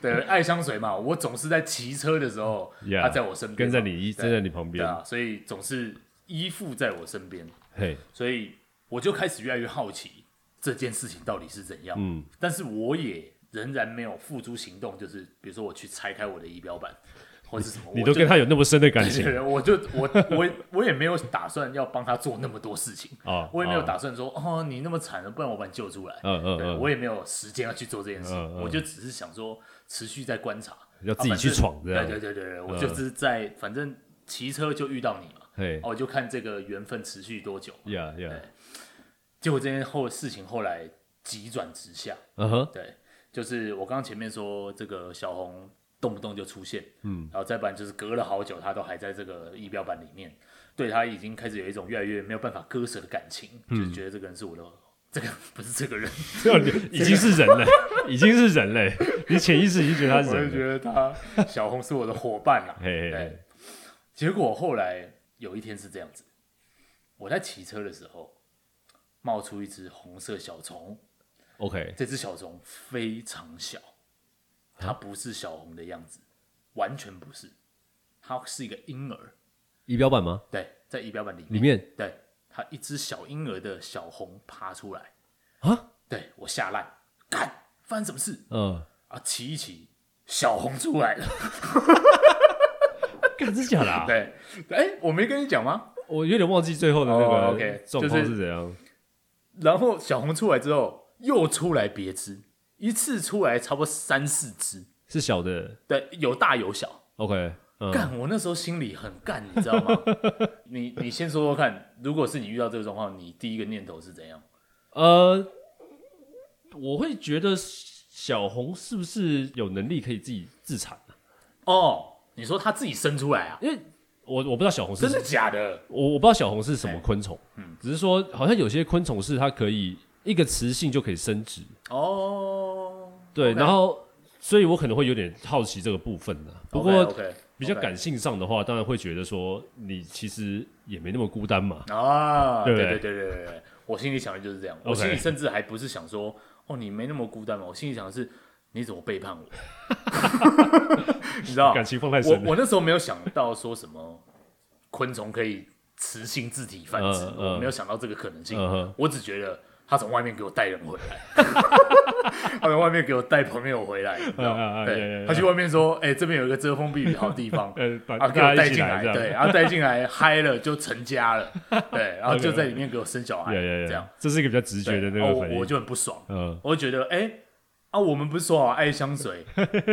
Speaker 1: 对，爱相随嘛，我总是在骑车的时候
Speaker 2: Yeah，
Speaker 1: 她在我身边，
Speaker 2: 跟在你
Speaker 1: 对
Speaker 2: 跟在你旁
Speaker 1: 对
Speaker 2: 边，
Speaker 1: 啊，所以总是依附在我身边，
Speaker 2: 嘿，
Speaker 1: 所以我就开始越来越好奇这件事情到底是怎样。
Speaker 2: 嗯
Speaker 1: 但是我也仍然没有付诸行动，就是比如说我去拆开我的仪表板或是什么，
Speaker 2: 你
Speaker 1: 我
Speaker 2: 都
Speaker 1: 就
Speaker 2: 跟他有那么深的感 情
Speaker 1: 对，我就我我我也没有打算要帮他做那么多事情，
Speaker 2: 啊？
Speaker 1: 我也没有
Speaker 2: 啊，
Speaker 1: 打算说哦你那么惨了，不然我把你救出来。
Speaker 2: 嗯嗯
Speaker 1: 对，
Speaker 2: 嗯，
Speaker 1: 我也没有时间要去做这件事，
Speaker 2: 嗯嗯
Speaker 1: 我就只是想说持续在观察，
Speaker 2: 要自己
Speaker 1: 啊
Speaker 2: 去闯
Speaker 1: 反正
Speaker 2: 这样嗯
Speaker 1: 对对对对对，我就是在、反正骑车就遇到你嘛，
Speaker 2: 嘿
Speaker 1: 哦，我就看这个缘分持续多久。
Speaker 2: 呀呀，
Speaker 1: 结果这件后事情后来急转直下，
Speaker 2: 嗯哼，
Speaker 1: 对，就是我刚刚前面说这个小红动不动就出现，
Speaker 2: 嗯，
Speaker 1: 然后再不然就是隔了好久，他都还在这个仪表板里面，对他已经开始有一种越来越没有办法割舍的感情，
Speaker 2: 嗯
Speaker 1: 就是觉得这个人是我的，这个不是这个人，
Speaker 2: 已经是人了，已经是人了，你潜意识已经觉得他
Speaker 1: 我
Speaker 2: 是
Speaker 1: 就
Speaker 2: 人了，
Speaker 1: 觉得他小红是我的伙伴啦、
Speaker 2: 嘿嘿
Speaker 1: 对
Speaker 2: 嘿，，
Speaker 1: 结果后来有一天是这样子，我在骑车的时候冒出一只红色小虫，
Speaker 2: ，OK，
Speaker 1: 这只小虫非常小，它不是小红的样子，完全不是，它是一个婴儿。
Speaker 2: 仪表板吗？
Speaker 1: 对，在仪表板里面，
Speaker 2: 里面
Speaker 1: 对，它一只小婴儿的小红爬出来，
Speaker 2: 啊，
Speaker 1: 对我吓烂，干，发生什么事
Speaker 2: 嗯，
Speaker 1: 啊？骑一骑，小红出来了。
Speaker 2: 干真假的啊？
Speaker 1: 对，哎，我没跟你讲吗？
Speaker 2: 我有点忘记最后的那
Speaker 1: 哦
Speaker 2: 个
Speaker 1: ，OK，
Speaker 2: 状况是怎样。
Speaker 1: 然后小红出来之后，又出来别只，一次出来差不多三四只，
Speaker 2: 是小的
Speaker 1: 对，有大有小。
Speaker 2: ，OK，嗯，
Speaker 1: 干，我那时候心里很干，你知道 吗？你你先说说看，如果是你遇到这个状况，你第一个念头是怎样？
Speaker 2: 呃，我会觉得小红是不是有能力可以自己自产啊？
Speaker 1: 哦，你说他自己生出来啊？
Speaker 2: 因为我我不知道小红是
Speaker 1: 真的哎嗯假的？
Speaker 2: 我我不知道小红是什么昆虫，只是说好像有些昆虫是它可以一个雌性就可以生殖，
Speaker 1: 哦，
Speaker 2: 对
Speaker 1: OK
Speaker 2: 然后所以我可能会有点好奇这个部分呢、不过
Speaker 1: OK，OK，
Speaker 2: 比较
Speaker 1: OK
Speaker 2: 感性上的话，当然会觉得说你其实也没那么孤单嘛，
Speaker 1: 啊，
Speaker 2: 对
Speaker 1: 对
Speaker 2: 不
Speaker 1: 对
Speaker 2: 对
Speaker 1: 对对对对，我心里想的就是这样。我心里
Speaker 2: OK
Speaker 1: 甚至还不是想说，哦，你没那么孤单嘛。我心里想的是，你怎么背叛我？你知道，
Speaker 2: 感情放太深
Speaker 1: 我
Speaker 2: 了。
Speaker 1: 我那时候没有想到说什么昆虫可以雌性自体繁殖，
Speaker 2: 嗯嗯
Speaker 1: 我没有想到这个可能性。
Speaker 2: 嗯哼
Speaker 1: 我只觉得他从外面给我带人回来，他从外面给我带朋友回来，你知道
Speaker 2: 嗯嗯
Speaker 1: 吗？
Speaker 2: 嗯有有
Speaker 1: 对，
Speaker 2: 有。
Speaker 1: 他去外面说，哎，这边有一个遮风避雨的好地方
Speaker 2: 呃，把
Speaker 1: 啊，
Speaker 2: 大
Speaker 1: 给我
Speaker 2: 家
Speaker 1: 带
Speaker 2: 一起
Speaker 1: 进
Speaker 2: 来这样，
Speaker 1: 对，然后带进来嗨了就成家了，对，然后 就在里面给我生小孩，
Speaker 2: 呀呀呀，
Speaker 1: 啊这样，
Speaker 2: 这是一个比较直觉
Speaker 1: 对
Speaker 2: 的那
Speaker 1: 然后
Speaker 2: 个反
Speaker 1: 我
Speaker 2: 应。
Speaker 1: 我就很不爽，
Speaker 2: 嗯，
Speaker 1: 我就觉得，哎、啊，我们不是说好爱香水，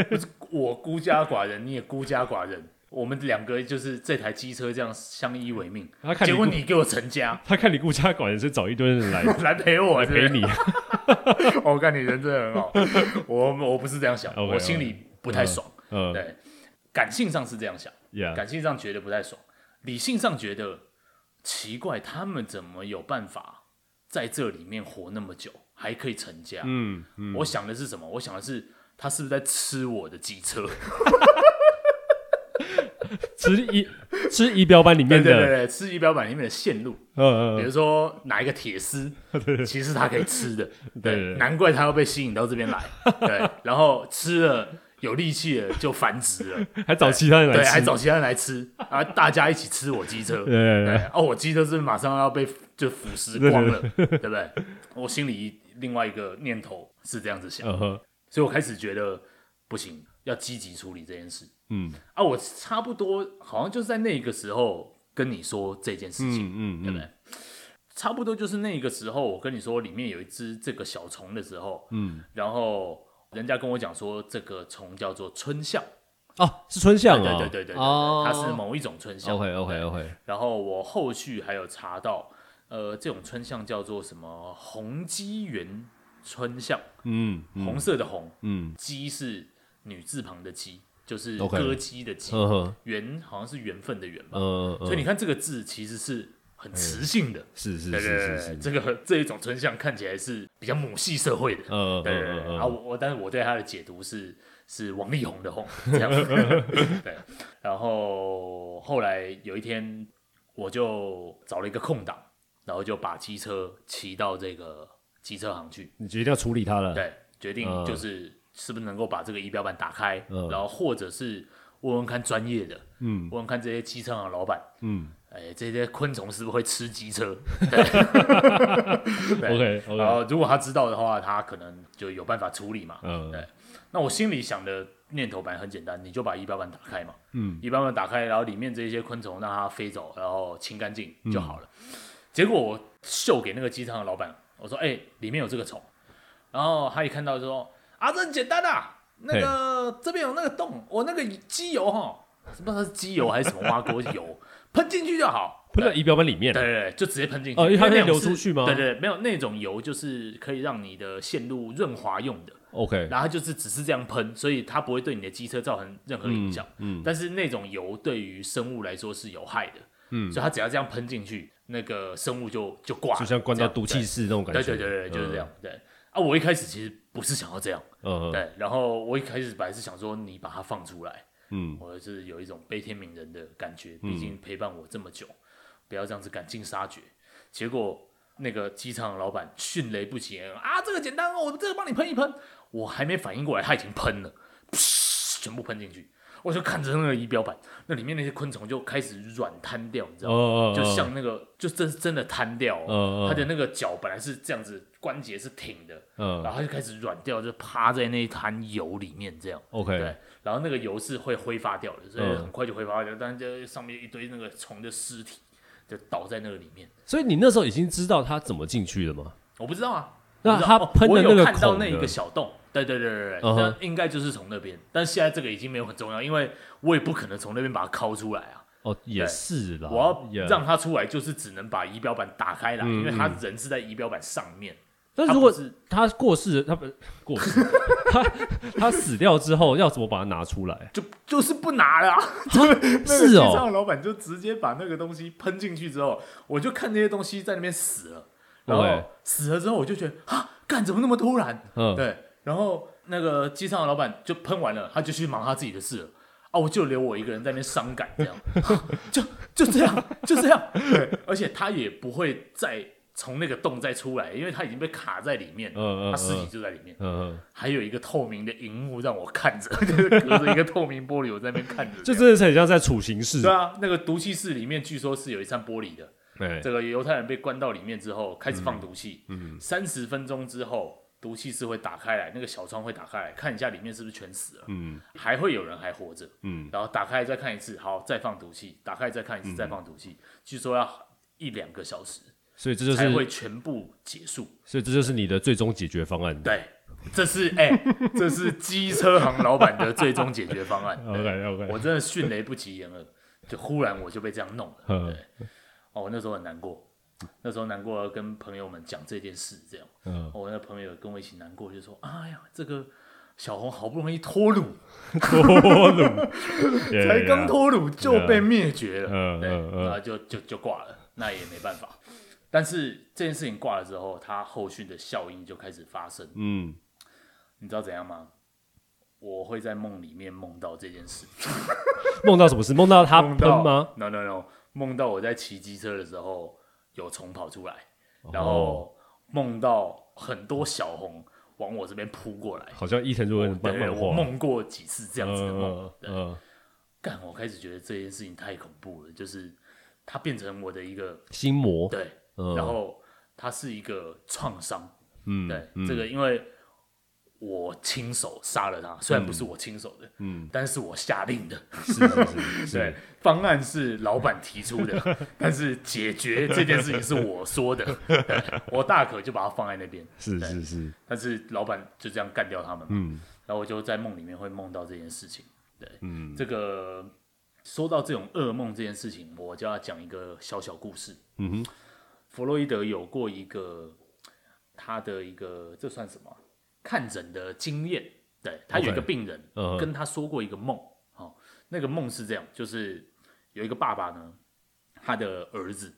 Speaker 1: 不是我孤家寡人，你也孤家寡人，我们两个就是这台机车这样相依为命
Speaker 2: 他看，你
Speaker 1: 结果
Speaker 2: 孤
Speaker 1: 你给我成家
Speaker 2: 他看你顾家寡人，是找一堆人来
Speaker 1: 来陪我，
Speaker 2: 来
Speaker 1: 是不是
Speaker 2: 陪你。啊
Speaker 1: 我看你人真的很好， 我我不是这样想
Speaker 2: OK，OK
Speaker 1: 我心里不太爽，
Speaker 2: 嗯，
Speaker 1: 对，感性上是这样想，
Speaker 2: 呀，
Speaker 1: 感性上觉得不太爽，理性上觉得奇怪，他们怎么有办法在这里面活那么久，还可以成家？
Speaker 2: 嗯，
Speaker 1: 我想的是什么？我想的是他是不是在吃我的机车？
Speaker 2: 吃仪吃仪表板里
Speaker 1: 对
Speaker 2: 面
Speaker 1: 对对
Speaker 2: 的，
Speaker 1: 对，吃仪表板里面的线路，
Speaker 2: 嗯
Speaker 1: 比
Speaker 2: 嗯，
Speaker 1: 如说哪一个铁丝，其实它可以吃的，
Speaker 2: 对对对
Speaker 1: 难怪它要被吸引到这边来，对，然后吃了有力气了就繁殖了，
Speaker 2: 还找其他人来
Speaker 1: 对，
Speaker 2: 吃，
Speaker 1: 还找其他人来吃，啊，大家一起吃我机车，
Speaker 2: 对对对
Speaker 1: 对，哦，我机车是不是马上要被就腐蚀光了，对不对？我心里另外一个念头是这样子想，
Speaker 2: 嗯哼，
Speaker 1: 所以我开始觉得不行，要积极处理这件事。
Speaker 2: 嗯
Speaker 1: 啊，我差不多好像就是在那个时候跟你说这件事情，
Speaker 2: 嗯嗯
Speaker 1: 对不对？差不多就是那个时候，我跟你说里面有一只这个小虫的时候，
Speaker 2: 嗯，
Speaker 1: 然后人家跟我讲说这个虫叫做春象，
Speaker 2: 哦，是春象
Speaker 1: 对对
Speaker 2: 啊，
Speaker 1: 对对对对，
Speaker 2: 哦
Speaker 1: 它是某一种春象。
Speaker 2: ？OK OK OK，
Speaker 1: 然后我后续还有查到，呃，这种春象叫做什么红鸡原春象，
Speaker 2: 嗯嗯
Speaker 1: 红色的红，
Speaker 2: 嗯，
Speaker 1: 鸡是女字旁的鸡，就是
Speaker 2: OK
Speaker 1: 歌姬的鸡。
Speaker 2: 嗯哼，
Speaker 1: 缘好像是缘分的缘吧，
Speaker 2: 嗯
Speaker 1: 所以
Speaker 2: 嗯，
Speaker 1: 你看这个字其实是很雌性的，
Speaker 2: 是是
Speaker 1: 对
Speaker 2: 是
Speaker 1: 对对
Speaker 2: 是
Speaker 1: 对，
Speaker 2: 是，
Speaker 1: 这个这一种春象看起来是比较母系社会的，
Speaker 2: 嗯嗯
Speaker 1: 对对对对。
Speaker 2: 嗯
Speaker 1: 啊，
Speaker 2: 嗯，
Speaker 1: 我我但是我对他的解读是是王力宏的红这 样，对。然后后来有一天我就找了一个空档，然后就把机车骑到这个机车行去，
Speaker 2: 你决定要处理它了，
Speaker 1: 对，决定就是是不是能够把这个仪表板打开，
Speaker 2: 嗯
Speaker 1: 然后或者是问问看专业的，
Speaker 2: 嗯
Speaker 1: 问问看这些机车行的老板，
Speaker 2: 嗯
Speaker 1: 哎，这些昆虫是不是会吃机车？
Speaker 2: ，OK
Speaker 1: 然
Speaker 2: OK，
Speaker 1: 后如果他知道的话，他可能就有办法处理嘛。
Speaker 2: 嗯
Speaker 1: 对那我心里想的念头本来很简单，你就把仪表板打开嘛，
Speaker 2: 嗯，
Speaker 1: 仪表板打开，然后里面这一些昆虫让它飞走，然后清干净
Speaker 2: 嗯
Speaker 1: 就好了。结果我秀给那个机场的老板，我说：“哎、里面有这个虫。”然后他一看到就说：“啊，这很简单啊，那个这边有那个洞，我那个机油哈，不知道是机油还是什么挖锅油，喷进去就好。”
Speaker 2: 喷在仪表板里面
Speaker 1: 对，对对，就直接喷进去。
Speaker 2: 哦因为它
Speaker 1: 那
Speaker 2: 可以
Speaker 1: 种
Speaker 2: 流
Speaker 1: 是
Speaker 2: 出去吗
Speaker 1: 对对，对没有那种油就是可以让你的线路润滑用的，
Speaker 2: ，OK，
Speaker 1: 然后它就是只是这样喷，所以它不会对你的机车造成任何影响。
Speaker 2: 嗯，
Speaker 1: 但是那种油对于生物来说是有害的，
Speaker 2: 嗯
Speaker 1: 所以它只要这样喷进去，那个生物就就挂了，
Speaker 2: 就像关
Speaker 1: 这
Speaker 2: 到
Speaker 1: 样
Speaker 2: 毒气，室那种感
Speaker 1: 对
Speaker 2: 觉，
Speaker 1: 对对对对，就是这样
Speaker 2: 嗯，，
Speaker 1: 对啊，我一开始其实不是想要这样，
Speaker 2: 嗯嗯
Speaker 1: 对，然后我一开始本来是想说你把它放出来，
Speaker 2: 嗯，
Speaker 1: 我是有一种悲天悯人的感觉，毕竟陪伴我这么久，不要这样子赶尽杀绝。结果那个机场老板迅雷不及掩耳啊，这个简单哦，我这个帮你喷一喷。我还没反应过来，他已经喷了，噗全部喷进去。我就看着那个仪表板，那里面那些昆虫就开始软瘫掉，你知道吗？
Speaker 2: 哦
Speaker 1: 就像那个，就真真的瘫掉、哦
Speaker 2: 嗯嗯
Speaker 1: 它的那个脚本来是这样子，关节是挺的，然
Speaker 2: 嗯
Speaker 1: 后它就开始软掉，就趴在那一滩油里面这样。对
Speaker 2: ，OK，，
Speaker 1: 然后那个油是会挥发掉的，所以
Speaker 2: 嗯
Speaker 1: 很快就挥发掉，但是这上面一堆那个虫的尸体就倒在那个里面。
Speaker 2: 所以你那时候已经知道它怎么进去的吗？
Speaker 1: 我不知道啊，
Speaker 2: 那
Speaker 1: 我不知道
Speaker 2: 它
Speaker 1: 哦
Speaker 2: 喷的
Speaker 1: 我有
Speaker 2: 那个
Speaker 1: 看到
Speaker 2: 孔
Speaker 1: 那一
Speaker 2: 的
Speaker 1: 个小洞，对对对对对，
Speaker 2: 嗯
Speaker 1: 那
Speaker 2: 哼
Speaker 1: 应该就是从那边，但现在这个已经没有很重要，因为我也不可能从那边把它抠出来啊，
Speaker 2: 哦，也
Speaker 1: 对
Speaker 2: 是啦，
Speaker 1: 我要
Speaker 2: yeah
Speaker 1: 让它出来就是只能把仪表板打开来，因为他人是在仪表板上面。
Speaker 2: 嗯但
Speaker 1: 它
Speaker 2: 如果
Speaker 1: 不是
Speaker 2: 他过世了，他不过世，他他死掉之后要怎么把它拿出 来？
Speaker 1: 就就是不拿了、啊，
Speaker 2: 是
Speaker 1: 那个西藏
Speaker 2: 哦，
Speaker 1: 的老板就直接把那个东西喷进去之后，我就看那些东西在那边死了，然后
Speaker 2: OK
Speaker 1: 死了之后我就觉得啊，干怎么那么突然？
Speaker 2: 嗯，
Speaker 1: 对，然后那个机上的老板就喷完了，他就去忙他自己的事了。啊！我就留我一个人在那边伤感，这样 就就这样，就这样。对，而且他也不会再从那个洞再出来，因为他已经被卡在里面，
Speaker 2: 嗯嗯
Speaker 1: 他尸体
Speaker 2: 嗯
Speaker 1: 就在里面。
Speaker 2: 嗯，嗯
Speaker 1: 还有一个透明的荧幕让我看着， 就是隔着一个透明玻璃，我在那边看着。
Speaker 2: 就真的是很像在处刑室
Speaker 1: 对，啊，那个毒气室里面据说是有一扇玻璃的。
Speaker 2: 哎，
Speaker 1: 这个犹太人被关到里面之后，开始放毒气。
Speaker 2: 嗯
Speaker 1: 三十、分钟之后，毒气是会打开来，那个小窗会打开来，看一下里面是不是全死了，
Speaker 2: 嗯
Speaker 1: 还会有人还活着。
Speaker 2: 嗯，
Speaker 1: 然后打开来再看一次，好，再放毒气，打开来再看一次，再放毒气。据说要一两个小时
Speaker 2: 所以这就
Speaker 1: 才
Speaker 2: 是，
Speaker 1: 会全部结束。
Speaker 2: 所以这就是你的最终解决方案。
Speaker 1: 对，这是哎、这是机车行老板的最终解决方案。对
Speaker 2: ，OK
Speaker 1: 我
Speaker 2: OK，
Speaker 1: 真的迅雷不及掩耳，就忽然我就被这样弄了。
Speaker 2: 嗯
Speaker 1: 哦，我那时候很难过，那时候难过跟朋友们讲这件事，这样，哦
Speaker 2: 嗯，
Speaker 1: 我那朋友跟我一起难过，就说：“哎呀，这个小红好不容易脱乳，
Speaker 2: 脱乳，
Speaker 1: 才
Speaker 2: Yeah，
Speaker 1: 刚脱乳就被灭绝了，
Speaker 2: 嗯
Speaker 1: 对，
Speaker 2: 嗯嗯
Speaker 1: 然后就就就挂了，那也没办法。但是这件事情挂了之后，它后续的效应就开始发生，
Speaker 2: 嗯，
Speaker 1: 你知道怎样吗？我会在梦里面梦到这件事，
Speaker 2: 梦到什么事？梦到他
Speaker 1: 梦
Speaker 2: 喷
Speaker 1: 到
Speaker 2: 吗？
Speaker 1: ？No No No，梦到我在骑机车的时候有虫跑出来，
Speaker 2: 哦
Speaker 1: 然后梦到很多小红往我这边扑过来。
Speaker 2: 好像伊藤润二
Speaker 1: 对，
Speaker 2: 漫漫
Speaker 1: 我
Speaker 2: 画，
Speaker 1: 梦过几次这样子的梦
Speaker 2: 嗯。嗯嗯，
Speaker 1: 干、我开始觉得这件事情太恐怖了，就是它变成我的一个
Speaker 2: 心魔，
Speaker 1: 对，
Speaker 2: 嗯
Speaker 1: 然后它是一个创伤。
Speaker 2: 嗯，
Speaker 1: 对，这个因为我亲手杀了他，虽然不是我亲手的，嗯，但是我下令的。
Speaker 2: 是是是
Speaker 1: 对
Speaker 2: 是，，
Speaker 1: 方案是老板提出的，但是解决这件事情是我说的， 对我大可就把它放在那边，
Speaker 2: 是是是，
Speaker 1: 但是老板就这样干掉他们，嗯，然后我就在梦里面会梦到这件事情，对，嗯，这个说到这种噩梦这件事情，我就要讲一个小小故事，嗯
Speaker 2: 哼，
Speaker 1: 弗洛伊德有过一个他的一个这算什么看诊的经验，对他有一个
Speaker 2: OK
Speaker 1: 病人
Speaker 2: 嗯哼
Speaker 1: 跟他说过一个梦，哦，那个梦是这样，就是有一个爸爸呢，他的儿子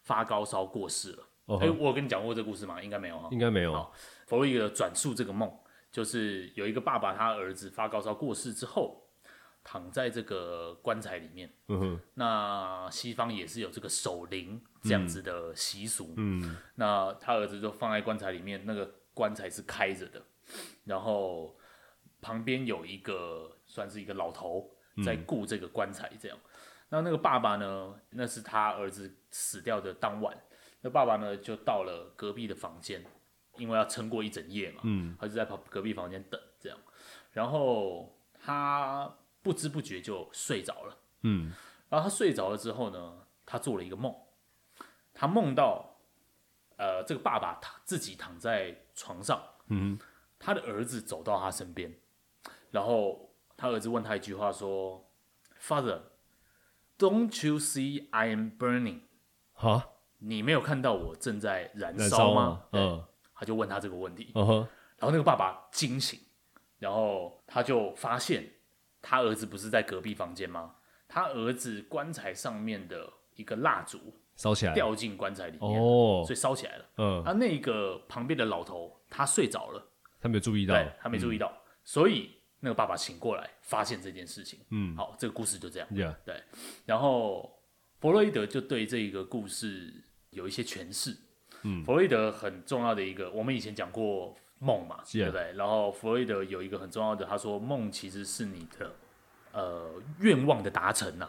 Speaker 1: 发高烧过世了。
Speaker 2: 哦
Speaker 1: 哎、我有跟你讲过这故事吗？应该没有哈。
Speaker 2: 应该没有
Speaker 1: 好，弗洛伊德转述这个梦，就是有一个爸爸，他儿子发高烧过世之后，躺在这个棺材里面。
Speaker 2: 嗯哼，
Speaker 1: 那西方也是有这个守灵这样子的习俗。嗯，那他儿子就放在棺材里面，那个棺材是开着的，然后旁边有一个算是一个老头，在顾这个棺材这样。那那个爸爸呢，那是他儿子死掉的当晚，那爸爸呢就到了隔壁的房间，因为要撑过一整夜嘛，嗯，他就在旁隔壁房间等这样，然后他不知不觉就睡着了。
Speaker 2: 嗯，
Speaker 1: 然后他睡着了之后呢，他做了一个梦，他梦到，呃，这个爸爸躺自己躺在床上，
Speaker 2: 嗯，
Speaker 1: 他的儿子走到他身边，然后他儿子问他一句话说：“Father, don't you see I am burning？
Speaker 2: 哈，
Speaker 1: 你没有看到我正在燃
Speaker 2: 燃
Speaker 1: 烧
Speaker 2: 吗
Speaker 1: 吗？”？对
Speaker 2: 嗯，
Speaker 1: 他就问他这个问题，
Speaker 2: 嗯哼，
Speaker 1: 然后那个爸爸惊醒，然后他就发现他儿子不是在隔壁房间吗？他儿子棺材上面的一个蜡烛
Speaker 2: 烧起来了，
Speaker 1: 掉啊进棺材里面，
Speaker 2: 哦
Speaker 1: 所以，烧起来了。
Speaker 2: 嗯，
Speaker 1: 他那个旁边的老头他睡着了，
Speaker 2: 他没有注意到，
Speaker 1: 对他没注意到，
Speaker 2: 嗯
Speaker 1: 所以那个爸爸醒过来发现这件事情。
Speaker 2: 嗯
Speaker 1: 好，这个故事就这样。
Speaker 2: ，Yeah，
Speaker 1: 对，然后弗洛伊德就对这个故事有一些诠释。
Speaker 2: 嗯
Speaker 1: 弗洛伊德很重要的一个，我们以前讲过梦嘛
Speaker 2: Yeah
Speaker 1: 对不对？然后弗洛伊德有一个很重要的，他说梦其实是你的呃愿望的达成啊呐、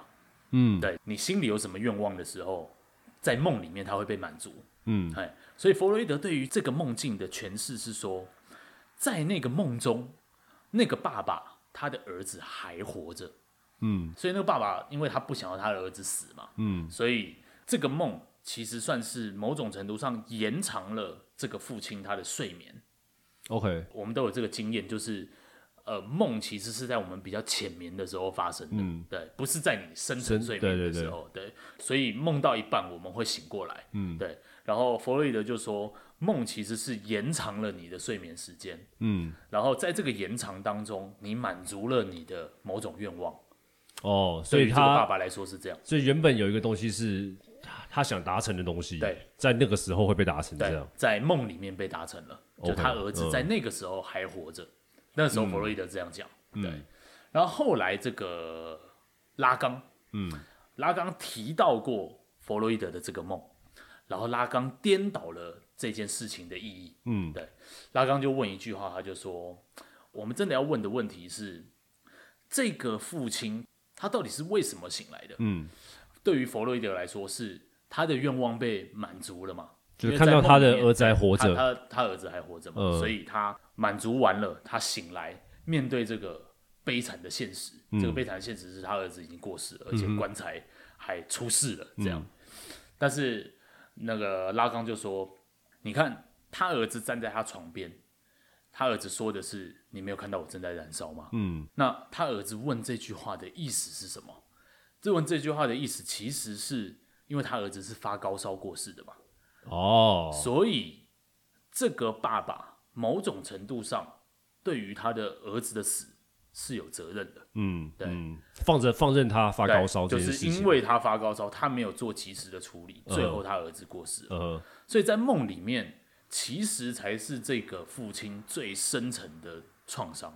Speaker 2: 嗯
Speaker 1: 对你心里有什么愿望的时候，在梦里面它会被满足。
Speaker 2: 嗯
Speaker 1: 哎，所以弗洛伊德对于这个梦境的诠释是说，在那个梦中，那个爸爸他的儿子还活着，
Speaker 2: 嗯
Speaker 1: 所以那个爸爸因为他不想要他的儿子死嘛，
Speaker 2: 嗯
Speaker 1: 所以这个梦其实算是某种程度上延长了这个父亲他的睡眠。
Speaker 2: ，OK，
Speaker 1: 我们都有这个经验，就是呃，梦其实是在我们比较浅眠的时候发生的，
Speaker 2: 嗯
Speaker 1: 对，不是在你深层
Speaker 2: 深
Speaker 1: 睡
Speaker 2: 对
Speaker 1: 眠
Speaker 2: 对
Speaker 1: 的
Speaker 2: 对
Speaker 1: 时候，对所以梦到一半我们会醒过来，
Speaker 2: 嗯
Speaker 1: 对。然后弗洛伊德就说，梦其实是延长了你的睡眠时间，
Speaker 2: 嗯，
Speaker 1: 然后在这个延长当中，你满足了你的某种愿望。
Speaker 2: 哦，所
Speaker 1: 对于
Speaker 2: 以
Speaker 1: 这个爸
Speaker 2: 他，
Speaker 1: 爸来说是这样，
Speaker 2: 所以原本有一个东西是他他想达成的东西，
Speaker 1: 对，
Speaker 2: 在那个时候会被达成这
Speaker 1: 对
Speaker 2: 样，，
Speaker 1: 在梦里面被达成了，就
Speaker 2: OK，
Speaker 1: 他儿子
Speaker 2: 嗯
Speaker 1: 在那个时候还活着，那时候弗洛伊德这样讲，
Speaker 2: 嗯
Speaker 1: 对。然后后来这个拉冈，
Speaker 2: 嗯，
Speaker 1: 拉冈提到过弗洛伊德的这个梦，然后拉冈颠倒了这件事情的意义。
Speaker 2: 嗯
Speaker 1: 对，拉冈就问一句话，他就说：“我们真的要问的问题是，这个父亲他到底是为什么醒来的？
Speaker 2: 嗯，
Speaker 1: 对于弗洛伊德来说，是他的愿望被满足了嘛？
Speaker 2: 就
Speaker 1: 因为
Speaker 2: 是看
Speaker 1: 在
Speaker 2: 到
Speaker 1: 梦
Speaker 2: 他
Speaker 1: 里
Speaker 2: 的
Speaker 1: 面
Speaker 2: 儿子还活
Speaker 1: 他
Speaker 2: 着，
Speaker 1: 他他儿子还活着嘛，
Speaker 2: 嗯
Speaker 1: 所以他满足完了，他醒来面对这个悲惨的现实。
Speaker 2: 嗯
Speaker 1: 这个悲惨的现实是他儿子已经过世了，而且棺材还出事了，这
Speaker 2: 嗯
Speaker 1: 样。但是那个拉冈就说：“你看，他儿子站在他床边，他儿子说的是‘你没有看到我正在燃烧吗？’
Speaker 2: 嗯
Speaker 1: 那他儿子问这句话的意思是什么？这问这句话的意思，其实是因为他儿子是发高烧过世的嘛。”
Speaker 2: 哦，
Speaker 1: 所以这个爸爸某种程度上对于他的儿子的死是有责任的。
Speaker 2: 嗯，
Speaker 1: 对
Speaker 2: 嗯，放着放任他发
Speaker 1: 对
Speaker 2: 高烧这
Speaker 1: 就
Speaker 2: 件事
Speaker 1: 是因
Speaker 2: 情，
Speaker 1: 为他发高烧，他没有做及时的处理，
Speaker 2: 嗯
Speaker 1: 最后他儿子过世了。
Speaker 2: 呃，
Speaker 1: 所以在梦里面，其实才是这个父亲最深层的创伤。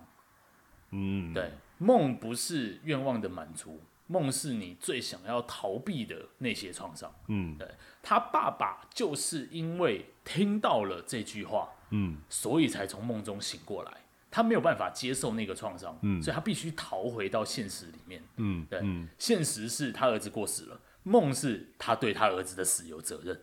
Speaker 2: 嗯，
Speaker 1: 对，梦不是愿望的满足，梦是你最想要逃避的那些创伤。
Speaker 2: 嗯
Speaker 1: 对他爸爸就是因为听到了这句话，
Speaker 2: 嗯，
Speaker 1: 所以才从梦中醒过来。他没有办法接受那个创伤，
Speaker 2: 嗯
Speaker 1: 所以他必须逃回到现实里面。
Speaker 2: 嗯，
Speaker 1: 对，
Speaker 2: 嗯，
Speaker 1: 现实是他儿子过世了，梦是他对他儿子的死有责任。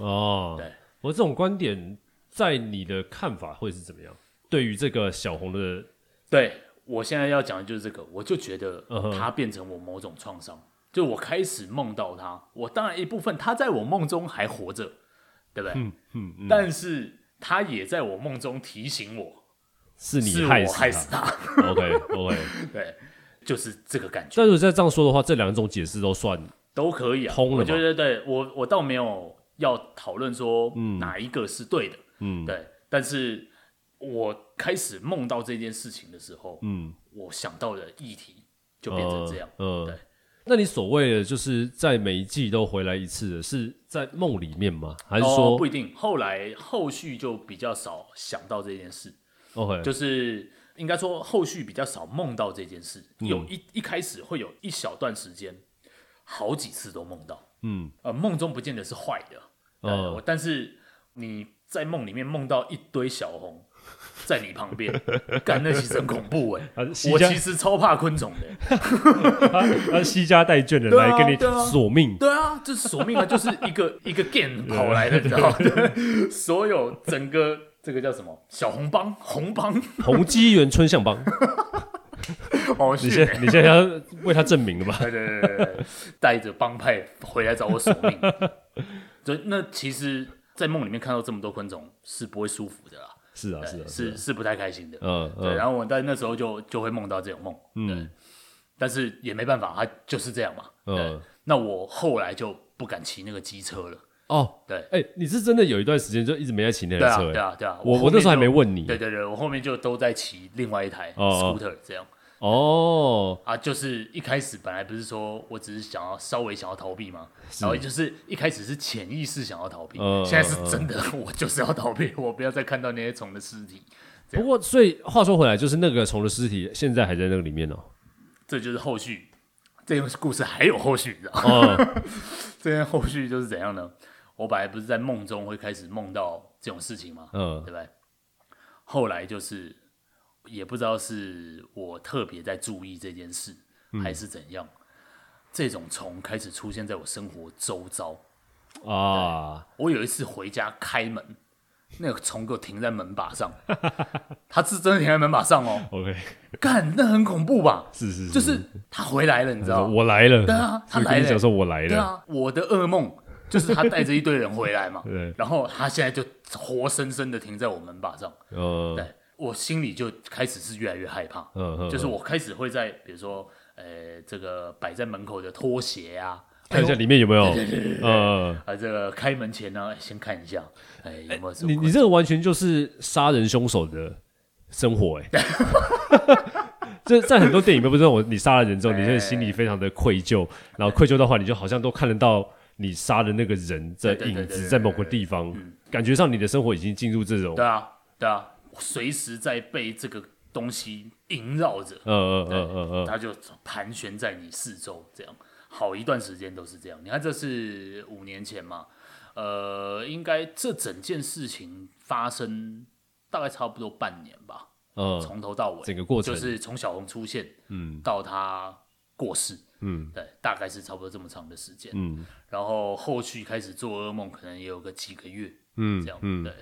Speaker 2: 哦，
Speaker 1: 对，
Speaker 2: 我这种观点在你的看法会是怎么样？对于这个小红的，
Speaker 1: 对我现在要讲的就是这个，我就觉得
Speaker 2: 嗯哼
Speaker 1: 他变成我某种创伤，就我开始梦到他，我当然一部分他在我梦中还活着，对不对？
Speaker 2: 嗯嗯嗯，
Speaker 1: 但是他也在我梦中提醒我，
Speaker 2: 是你
Speaker 1: 是
Speaker 2: 害
Speaker 1: 我害死
Speaker 2: 死
Speaker 1: 他。
Speaker 2: 他，OK OK。
Speaker 1: 对，就是这个感觉
Speaker 2: 但如果再这样说的话，这两种解释都算，
Speaker 1: 都可以啊。
Speaker 2: 通了嘛
Speaker 1: 我觉得对我我倒没有要讨论说哪一个是对的，
Speaker 2: 嗯
Speaker 1: 对。但是我开始梦到这件事情的时候，
Speaker 2: 嗯，
Speaker 1: 我想到的议题就变成这样。
Speaker 2: 嗯，
Speaker 1: 对
Speaker 2: 嗯那你所谓的就是在每一季都回来一次的，是在梦里面吗？还是
Speaker 1: 哦、
Speaker 2: 说
Speaker 1: 不一定，后来后续就比较少想到这件事，
Speaker 2: OK？
Speaker 1: 就是应该说后续比较少梦到这件事。
Speaker 2: 嗯
Speaker 1: 有一一开始会有一小段时间，好几次都梦到。
Speaker 2: 嗯
Speaker 1: 呃，梦中不见得是坏的，呃，
Speaker 2: 嗯
Speaker 1: 但是你在梦里面梦到一堆小红，在你旁边，干那其实很恐怖哎、
Speaker 2: 啊西
Speaker 1: 我
Speaker 2: 家
Speaker 1: 其实超怕昆虫的、
Speaker 2: 他惜家带眷的
Speaker 1: 对啊
Speaker 2: 来跟你
Speaker 1: 对啊
Speaker 2: 索命，
Speaker 1: 对啊，这索命啊，就是一个一个 game 跑来的，你知道吗？ 所有整个这个叫什么小红帮红帮，
Speaker 2: 红鸡园春象 帮，
Speaker 1: 哦，
Speaker 2: 你
Speaker 1: 是
Speaker 2: 现你现在要为他证明了吧？
Speaker 1: 对对对对对，带着帮派回来找我索命。 所以那其实，在梦里面看到这么多昆虫是不会舒服的啦，
Speaker 2: 是啊，是啊，
Speaker 1: 对
Speaker 2: 是啊，
Speaker 1: 是是不太开心的。
Speaker 2: 嗯
Speaker 1: 对，
Speaker 2: 嗯
Speaker 1: 然后我在那时候就就会梦到这种梦，对，但是也没办法，它就是这样嘛。对
Speaker 2: 嗯，
Speaker 1: 那我后来就不敢骑那个机车了。
Speaker 2: 哦，
Speaker 1: 对，
Speaker 2: 哎，你是真的有一段时间就一直没在骑那
Speaker 1: 对
Speaker 2: 台
Speaker 1: 啊，
Speaker 2: 车，
Speaker 1: 对
Speaker 2: 哎，
Speaker 1: 啊，对啊。
Speaker 2: 我
Speaker 1: 后
Speaker 2: 我那时候还
Speaker 1: 面就
Speaker 2: 没问你
Speaker 1: 对，对对，我后面就都在骑另外一台
Speaker 2: 哦哦
Speaker 1: scooter 这样
Speaker 2: 哦，
Speaker 1: 啊，就是一开始本来不是说我只是想要稍微想要逃避嘛，然后就是一开始是潜意识想要逃避，
Speaker 2: 嗯
Speaker 1: 现在是真的， 我就是要逃避，我不要再看到那些虫的尸体，对
Speaker 2: 不过所以话说回来，就是那个虫的尸体现在还在那个里面哦，
Speaker 1: 这就是后续。这个故事还有后续，你知道吗？
Speaker 2: 哦，
Speaker 1: 这件后续就是怎样呢？我本来不是在梦中会开始梦到这种事情吗？
Speaker 2: 嗯
Speaker 1: 对不对？后来就是也不知道是我特别在注意这件事，还是怎样，这种虫开始出现在我生活周遭。
Speaker 2: 啊，
Speaker 1: 我有一次回家开门，那个虫给我停在门把上，它是真的停在门把上哦，
Speaker 2: OK，
Speaker 1: 干，那很恐怖吧？
Speaker 2: 是是，
Speaker 1: 就是它回来了，你知道吗？
Speaker 2: 我来了，
Speaker 1: 对啊他
Speaker 2: 就跟
Speaker 1: 来
Speaker 2: 你
Speaker 1: 了
Speaker 2: 讲说我来
Speaker 1: 对
Speaker 2: 了，，
Speaker 1: 啊，我的噩梦就是他带着一堆人回来嘛
Speaker 2: 对
Speaker 1: 然后他现在就活生生的停在我门把上，
Speaker 2: 嗯
Speaker 1: 对我心里就开始是越来越害怕，
Speaker 2: 嗯嗯，
Speaker 1: 就是我开始会在比如说，呃，这个摆在门口的拖鞋啊，
Speaker 2: 看一下里面有没有，嗯。
Speaker 1: 啊，这个开门前呢，哎先看一下，哎，有没有什
Speaker 2: 你
Speaker 1: 么
Speaker 2: 你这个完全就是杀人凶手的生 活哎、欸。这在很多电影里面，不是那种你杀了人之后，你现在心里非常的愧疚，然后愧疚的话，你就好像都看得到你杀的那个人
Speaker 1: 对
Speaker 2: 的
Speaker 1: 对对
Speaker 2: 影
Speaker 1: 对对嗯
Speaker 2: 子在某个地方，感觉上你的生活已经进入这种
Speaker 1: 对啊，对啊，我随时在被这个东西萦绕着，
Speaker 2: 呃呃呃呃呃，
Speaker 1: 它就盘旋在你四周，这样好一段时间都是这样。你看，这是五年前嘛，呃，应该这整件事情发生大概差不多半年吧，
Speaker 2: 呃
Speaker 1: 从头到尾，
Speaker 2: 整个过程
Speaker 1: 就是从小红出现，嗯，到他过世，嗯，对，大概是差不多这么长的时间，
Speaker 2: 嗯，
Speaker 1: 然后后续开始做噩梦，可能也有个几个月，
Speaker 2: 嗯
Speaker 1: 这样，
Speaker 2: 嗯
Speaker 1: 对。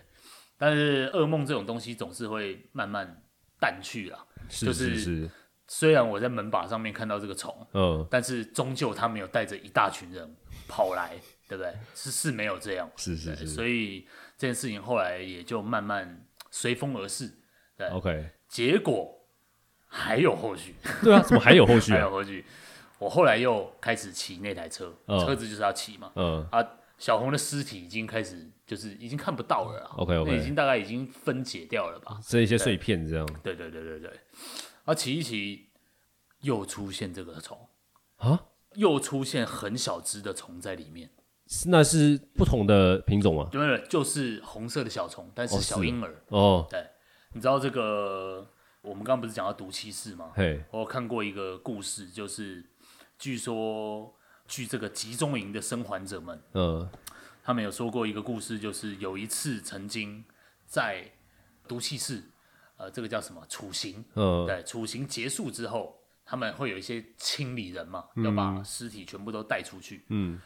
Speaker 1: 但是噩梦这种东西总是会慢慢淡去啦，
Speaker 2: 是
Speaker 1: 就是是
Speaker 2: 是，
Speaker 1: 虽然我在门把上面看到这个虫，
Speaker 2: 嗯
Speaker 1: 但是终究他没有带着一大群人跑来，对不对？是是没有这样，
Speaker 2: 是是
Speaker 1: 对
Speaker 2: 是
Speaker 1: 所以这件事情后来也就慢慢随风而逝。对，
Speaker 2: ，OK，
Speaker 1: 结果还有后续，
Speaker 2: 对啊，怎么还有后 续
Speaker 1: 还
Speaker 2: 啊
Speaker 1: 有？后续。我后来又开始骑那台车，
Speaker 2: 嗯
Speaker 1: 车子就是要骑嘛。
Speaker 2: 嗯
Speaker 1: 啊，小红的尸体已经开始就是已经看不到了啦
Speaker 2: 哦 OK，OK 嗯
Speaker 1: 那已经大概已经分解掉了吧？
Speaker 2: 这一些碎片这样
Speaker 1: 对对对对对。啊，骑一骑又出现这个虫。
Speaker 2: 啊？
Speaker 1: 又出现很小只的虫在里面，
Speaker 2: 是那是不同的品种吗？
Speaker 1: 对不对？就是红色的小虫，但是
Speaker 2: 哦
Speaker 1: 小
Speaker 2: 是
Speaker 1: 婴儿。
Speaker 2: 哦，
Speaker 1: 对，你知道这个？我们刚刚不是讲到毒气室吗？
Speaker 2: 嘿，
Speaker 1: 我有看过一个故事，就是据说，据这个集中营的生还者们，
Speaker 2: 嗯
Speaker 1: 他们有说过一个故事，就是有一次曾经在毒气室，呃，这个叫什么处刑？
Speaker 2: 嗯
Speaker 1: 对，处刑结束之后，他们会有一些清理人嘛，要把尸体全部都带出去。
Speaker 2: 嗯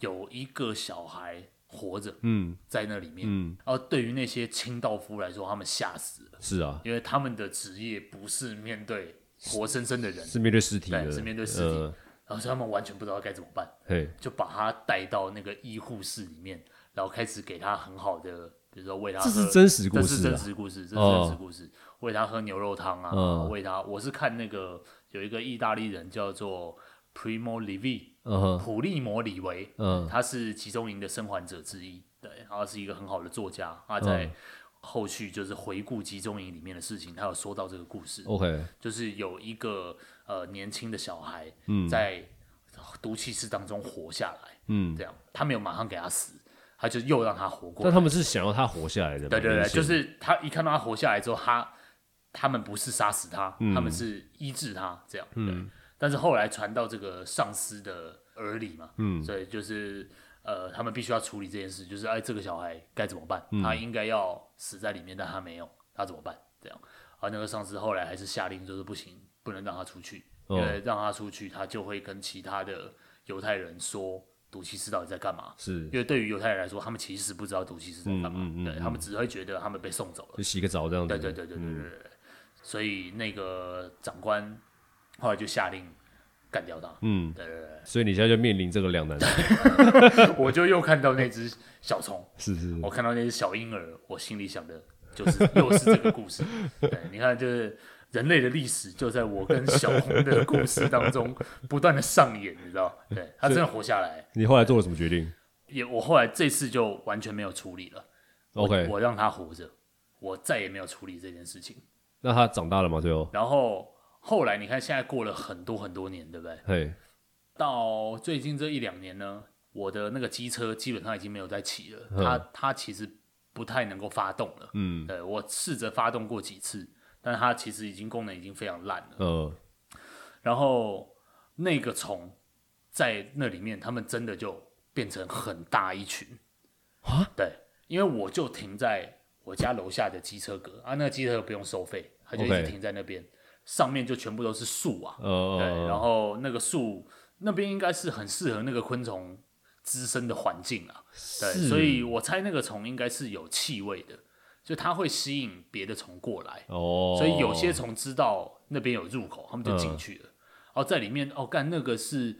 Speaker 1: 有一个小孩活着
Speaker 2: 嗯，
Speaker 1: 在那里面，
Speaker 2: 嗯
Speaker 1: 然后对于那些清道夫来说，他们吓死了，
Speaker 2: 是啊，
Speaker 1: 因为他们的职业不是面对活生生的人，
Speaker 2: 是面对尸体的，
Speaker 1: 对是面对尸体
Speaker 2: 呃
Speaker 1: 然后所以他们完全不知道该怎么办，
Speaker 2: 嘿，
Speaker 1: 就把他带到那个医护室里面，然后开始给他很好的，比如说喂他喝，
Speaker 2: 这是真实故
Speaker 1: 这是
Speaker 2: 事
Speaker 1: 真
Speaker 2: 啊。
Speaker 1: 实故事，这是
Speaker 2: 哦
Speaker 1: 真实故事，喂他喝牛肉汤啊，
Speaker 2: 嗯
Speaker 1: 喂他，我是看那个有一个意大利人叫做 Primo Levi
Speaker 2: 嗯哼，
Speaker 1: 普利摩里维，
Speaker 2: 嗯
Speaker 1: 他是集中营的生还者之一，对，他是一个很好的作家，他在
Speaker 2: 嗯
Speaker 1: 后续就是回顾集中营里面的事情，他有说到这个故事，
Speaker 2: ，OK，
Speaker 1: 就是有一个呃年轻的小孩
Speaker 2: 嗯
Speaker 1: 在毒气室当中活下来，
Speaker 2: 嗯，
Speaker 1: 这样他没有马上给他死，他就又让他活过
Speaker 2: 但
Speaker 1: 来，
Speaker 2: 他们是想要他活下来的嘛，
Speaker 1: 对对
Speaker 2: 明
Speaker 1: 对，
Speaker 2: 显
Speaker 1: 就是他一看到他活下来之后，他他们不是杀死他，他们是医治他这样，
Speaker 2: 嗯
Speaker 1: 对。但是后来传到这个上司的耳里嘛，嗯，所以就是呃，
Speaker 2: 嗯
Speaker 1: 他们必须要处理这件事，就是哎，这个小孩该怎么办？他应该要死在里面，但他没有，他怎么办？这样，啊，那个上司后来还是下令，就是不行，不能让他出去，因
Speaker 2: 哦
Speaker 1: 为让他出去，他就会跟其他的犹太人说毒气师到底在干嘛。
Speaker 2: 是
Speaker 1: 因为对于犹太人来说，他们其实不知道毒气师在干嘛，
Speaker 2: 嗯嗯嗯
Speaker 1: 对他们只会觉得他们被送走了。
Speaker 2: 就洗个澡这样子。
Speaker 1: 对对对对对
Speaker 2: 嗯
Speaker 1: 对对对。所以那个长官后来就下令干掉他。
Speaker 2: 嗯，
Speaker 1: 对对对
Speaker 2: 所以你现在就面临这个两难，
Speaker 1: 对， 我就又看到那只小虫，
Speaker 2: 是是是，
Speaker 1: 我看到那只小婴儿，我心里想的就是又是这个故 事。对，你看，就是人类的历史就在我跟小红的故事当中不断的上演，你知道？对，他真的活下来。
Speaker 2: 你后来做了什么决定
Speaker 1: 也，我后来这次就完全没有处理了。我
Speaker 2: ？OK，
Speaker 1: 我让他活着，我再也没有处理这件事情。
Speaker 2: 那他长大了吗？最后，
Speaker 1: 然后后来你看，现在过了很多很多年，对不对？
Speaker 2: 嘿，
Speaker 1: 到最近这一两年呢，我的那个机车基本上已经没有在骑了，
Speaker 2: 嗯
Speaker 1: 它它其实不太能够发动了。
Speaker 2: 嗯
Speaker 1: 对我试着发动过几次，但它其实已经功能已经非常烂了。
Speaker 2: 呃，
Speaker 1: 然后那个虫在那里面，它们真的就变成很大一群
Speaker 2: 啊！
Speaker 1: 对，因为我就停在我家楼下的机车格啊，那个机车格不用收费，它就一直
Speaker 2: OK
Speaker 1: 停在那边上面就全部都是树啊。
Speaker 2: 呃，
Speaker 1: 对，然后那个树那边应该是很适合那个昆虫滋生的环境啊。对，
Speaker 2: 是
Speaker 1: 所以我猜那个虫应该是有气味的，就它会吸引别的虫过来。
Speaker 2: 哦，
Speaker 1: 所以有些虫知道那边有入口，他们就进
Speaker 2: 嗯
Speaker 1: 去了。然后在里面哦，干那个是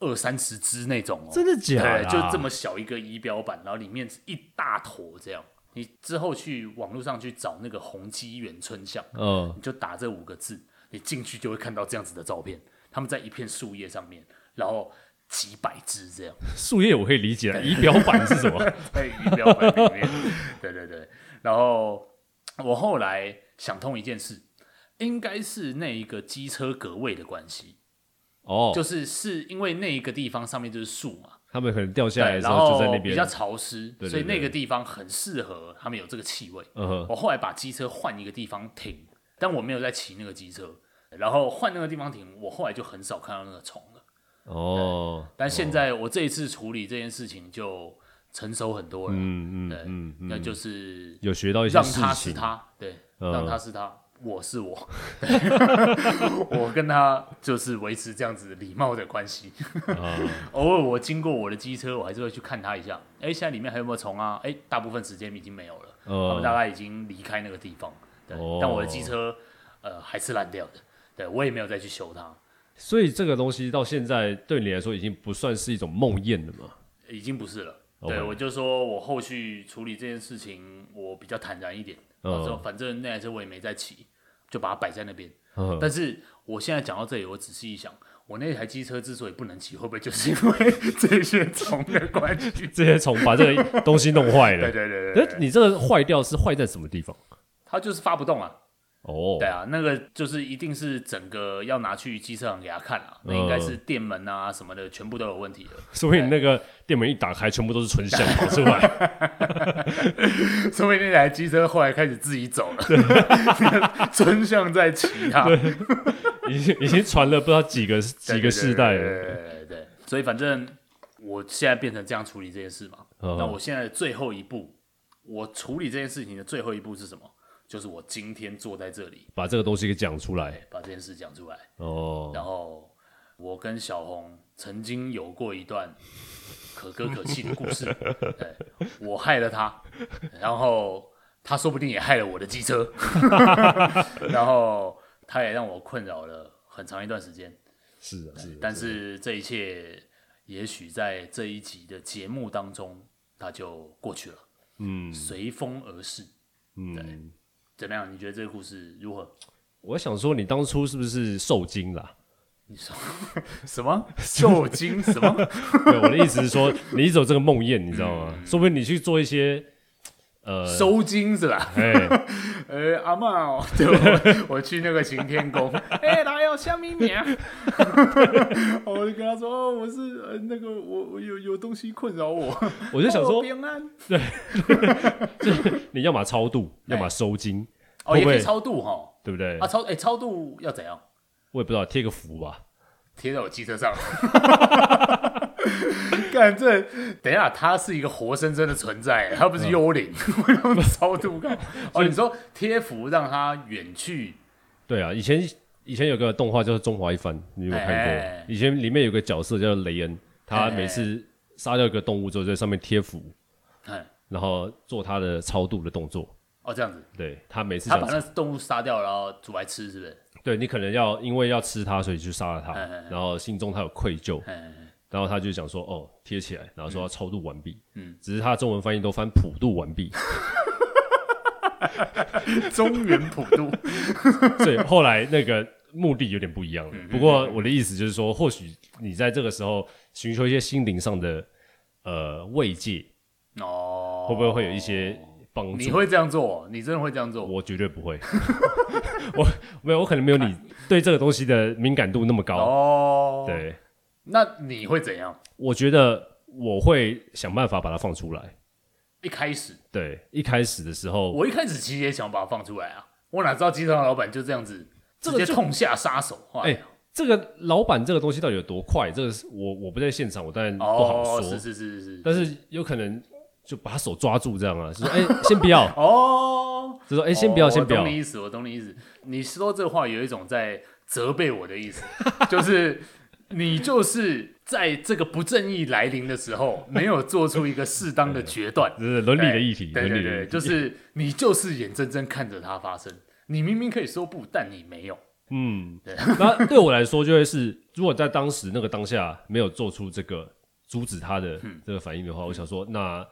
Speaker 1: 二三十只那种哦，
Speaker 2: 真的假的
Speaker 1: 对，
Speaker 2: 啊
Speaker 1: 就这么小一个仪表板，然后里面是一大坨这样。你之后去网络上去找那个宏基园春象，
Speaker 2: 呃，
Speaker 1: 你就打这五个字，你进去就会看到这样子的照片。他们在一片树叶上面，然后几百只这样，
Speaker 2: 树叶我可以理解啊，仪表板是什 么？
Speaker 1: 在仪表板里面。对对对，然后我后来想通一件事，应该是那一个机车格位的关系，
Speaker 2: 哦，
Speaker 1: 就是是因为那一个地方上面就是树嘛，
Speaker 2: 他们可能掉下来
Speaker 1: 对，
Speaker 2: 的时
Speaker 1: 然
Speaker 2: 候就在
Speaker 1: 后
Speaker 2: 那
Speaker 1: 比
Speaker 2: 边
Speaker 1: 较，潮湿，
Speaker 2: 对对
Speaker 1: 所以那
Speaker 2: 对
Speaker 1: 个地方很适合他们有这个气味。
Speaker 2: 嗯哼，
Speaker 1: 我后来把机车换一个地方停，但我没有在骑那个机车，然后换那个地方停，我后来就很少看到那个虫了。
Speaker 2: 哦，
Speaker 1: 但现在我这一次处理这件事情就成熟很多了，
Speaker 2: 嗯
Speaker 1: 对
Speaker 2: 嗯嗯嗯，
Speaker 1: 那就是
Speaker 2: 有学到一些
Speaker 1: 让
Speaker 2: 事
Speaker 1: 他是
Speaker 2: 情，
Speaker 1: 他，对，
Speaker 2: 嗯
Speaker 1: 让他是他，我是我， 对我跟他就是维持这样子礼貌的关系。
Speaker 2: 啊，
Speaker 1: 偶尔我经过我的机车，我还是会去看他一下，哎、现在里面还有没有虫啊？哎、大部分时间已经没有了。他们大
Speaker 2: 呃，
Speaker 1: 概已经离开那个地方。对，
Speaker 2: 哦
Speaker 1: 但我的机车呃还是烂掉的，对我也没有再去修它，
Speaker 2: 所以这个东西到现在对你来说已经不算是一种梦魇了嘛？
Speaker 1: 已经不是了。
Speaker 2: OK
Speaker 1: 对我就说我后续处理这件事情，我比较坦然一点。
Speaker 2: 嗯
Speaker 1: 我说反正那台车我也没在骑，就把它摆在那边。
Speaker 2: 嗯
Speaker 1: 但是我现在讲到这里，我仔细一想，我那台机车之所以不能骑，会不会就是因为这些虫的关 系？
Speaker 2: 这些虫把这个东西弄坏
Speaker 1: 对
Speaker 2: 了，
Speaker 1: 对对对
Speaker 2: 那
Speaker 1: 对，
Speaker 2: 你这个坏掉是坏在什么地方？
Speaker 1: 它就是发不动啊。
Speaker 2: 哦
Speaker 1: 对，啊，那个就是一定是整个要拿去机车行给他看啊，那应该是电门啊什么的全部都有问题了，
Speaker 2: 所以那个店门一打开，全部都是纯香跑出 来，
Speaker 1: 说不定那台机车后来开始自己走 了，真相在骑它，
Speaker 2: 已经已经传了不知道几个几个世代
Speaker 1: 对
Speaker 2: 了。
Speaker 1: 对对对对，所以反正我现在变成这样处理这件事嘛，
Speaker 2: 嗯
Speaker 1: 那我现在的最后一步，我处理这件事情的最后一步是什么？就是我今天坐在这里
Speaker 2: 把这个东西给讲出来
Speaker 1: 把这件事讲出来，
Speaker 2: 哦，
Speaker 1: 然后我跟小红曾经有过一段可歌可泣的故事，对我害了他，然后他说不定也害了我的机车，然后他也让我困扰了很长一段时间。
Speaker 2: 是啊是啊，
Speaker 1: 但是这一切，也许在这一集的节目当中，它就过去了，
Speaker 2: 嗯
Speaker 1: 随风而逝。
Speaker 2: 嗯，
Speaker 1: 怎么样？你觉得这个故事如 何？
Speaker 2: 我想说你当初是不是受惊啦？
Speaker 1: 你说什么？受惊？什 么？
Speaker 2: 对，我的意思是说你一直有这个梦魇，你知道 吗？说不定你去做一些呃，
Speaker 1: 收惊是吧？
Speaker 2: 哎，
Speaker 1: 呃，阿嬷 哦，对，我我去那个晴天宫，哎、来哦，虾米 娘，我就跟他说，哦，我是呃那个我我有有东西困扰我，
Speaker 2: 我就想
Speaker 1: 哦
Speaker 2: 说，
Speaker 1: 平安，
Speaker 2: 你要么超度，
Speaker 1: 哎
Speaker 2: 要么收金，
Speaker 1: 哦，
Speaker 2: 会
Speaker 1: 也
Speaker 2: 不会
Speaker 1: 可以超度哈，
Speaker 2: 对不对
Speaker 1: 啊？超哎、超度要怎样？
Speaker 2: 我也不知道贴个符吧。
Speaker 1: 贴在我机车上， 干这，等一下，他是一个活生生的存在，他不是幽灵，
Speaker 2: 嗯
Speaker 1: 为什么超度 干？哦，你说贴符让他远去，
Speaker 2: 对啊，以前以前有个动画叫《中华一番》，你有没有看过？
Speaker 1: 哎
Speaker 2: 以前里面有个角色叫雷恩，他
Speaker 1: 哎
Speaker 2: 每次杀掉一个动物之后，就在上面贴符，
Speaker 1: 哎，
Speaker 2: 然后做他的超度的动作。
Speaker 1: 哦，这样子，
Speaker 2: 对他每次
Speaker 1: 他
Speaker 2: 想
Speaker 1: 把那动物杀掉，然后煮来吃，是不是？
Speaker 2: 对你可能要因为要吃它，所以去杀了它，
Speaker 1: 哎哎哎
Speaker 2: 然后心中他有愧疚，
Speaker 1: 哎，
Speaker 2: 然后他就讲说哦贴起来，然后说要超度完毕，
Speaker 1: 嗯，
Speaker 2: 只是他中文翻译都翻普渡完毕，
Speaker 1: 嗯 中原普渡，
Speaker 2: 所以后来那个目的有点不一样了。
Speaker 1: 嗯
Speaker 2: 不过我的意思就是说，或许你在这个时候寻求一些心灵上的呃慰藉，
Speaker 1: 哦，
Speaker 2: 会不会会有一些帮助？
Speaker 1: 你会这样做？你真的会这样做？
Speaker 2: 我绝对不会，我没有，我可能没有你对这个东西的敏感度那么高。
Speaker 1: 哦，，
Speaker 2: 对，
Speaker 1: 那你会怎样？
Speaker 2: 我觉得我会想办法把它放出来。
Speaker 1: 一开始，
Speaker 2: 对，一开始的时候，
Speaker 1: 我一开始其实也想把它放出来啊，我哪知道机场老板就这样子
Speaker 2: 这
Speaker 1: 直
Speaker 2: 个
Speaker 1: 接
Speaker 2: 就
Speaker 1: 痛下杀手，哎
Speaker 2: 哎
Speaker 1: 呀，
Speaker 2: 这个老板这个东西到底有多快？这个是我我不在现场，我当然不好
Speaker 1: 哦是
Speaker 2: 说。，
Speaker 1: 是是是是，
Speaker 2: 但是有可能就把他手抓住这样啊，就说哎、 先不要，
Speaker 1: 哦，
Speaker 2: 就说哎、先不要，
Speaker 1: 哦
Speaker 2: 先不
Speaker 1: 我
Speaker 2: 要
Speaker 1: 懂，你意思，我懂你意思。你说这话有一种在责备我的意思， 就是你就是在这个不正义来临的时候，没有做出一个适当的决 断。哎
Speaker 2: 这是伦理的议题，
Speaker 1: 对
Speaker 2: 伦
Speaker 1: 对
Speaker 2: 理的
Speaker 1: 对，
Speaker 2: 议题
Speaker 1: 就是你就是眼睁睁看着它发生，你明明可以说不，但你没有。
Speaker 2: 嗯，那 对我来说就会是，如果在当时那个当下没有做出这个阻止他的
Speaker 1: 嗯
Speaker 2: 这个反应的话，我想说，那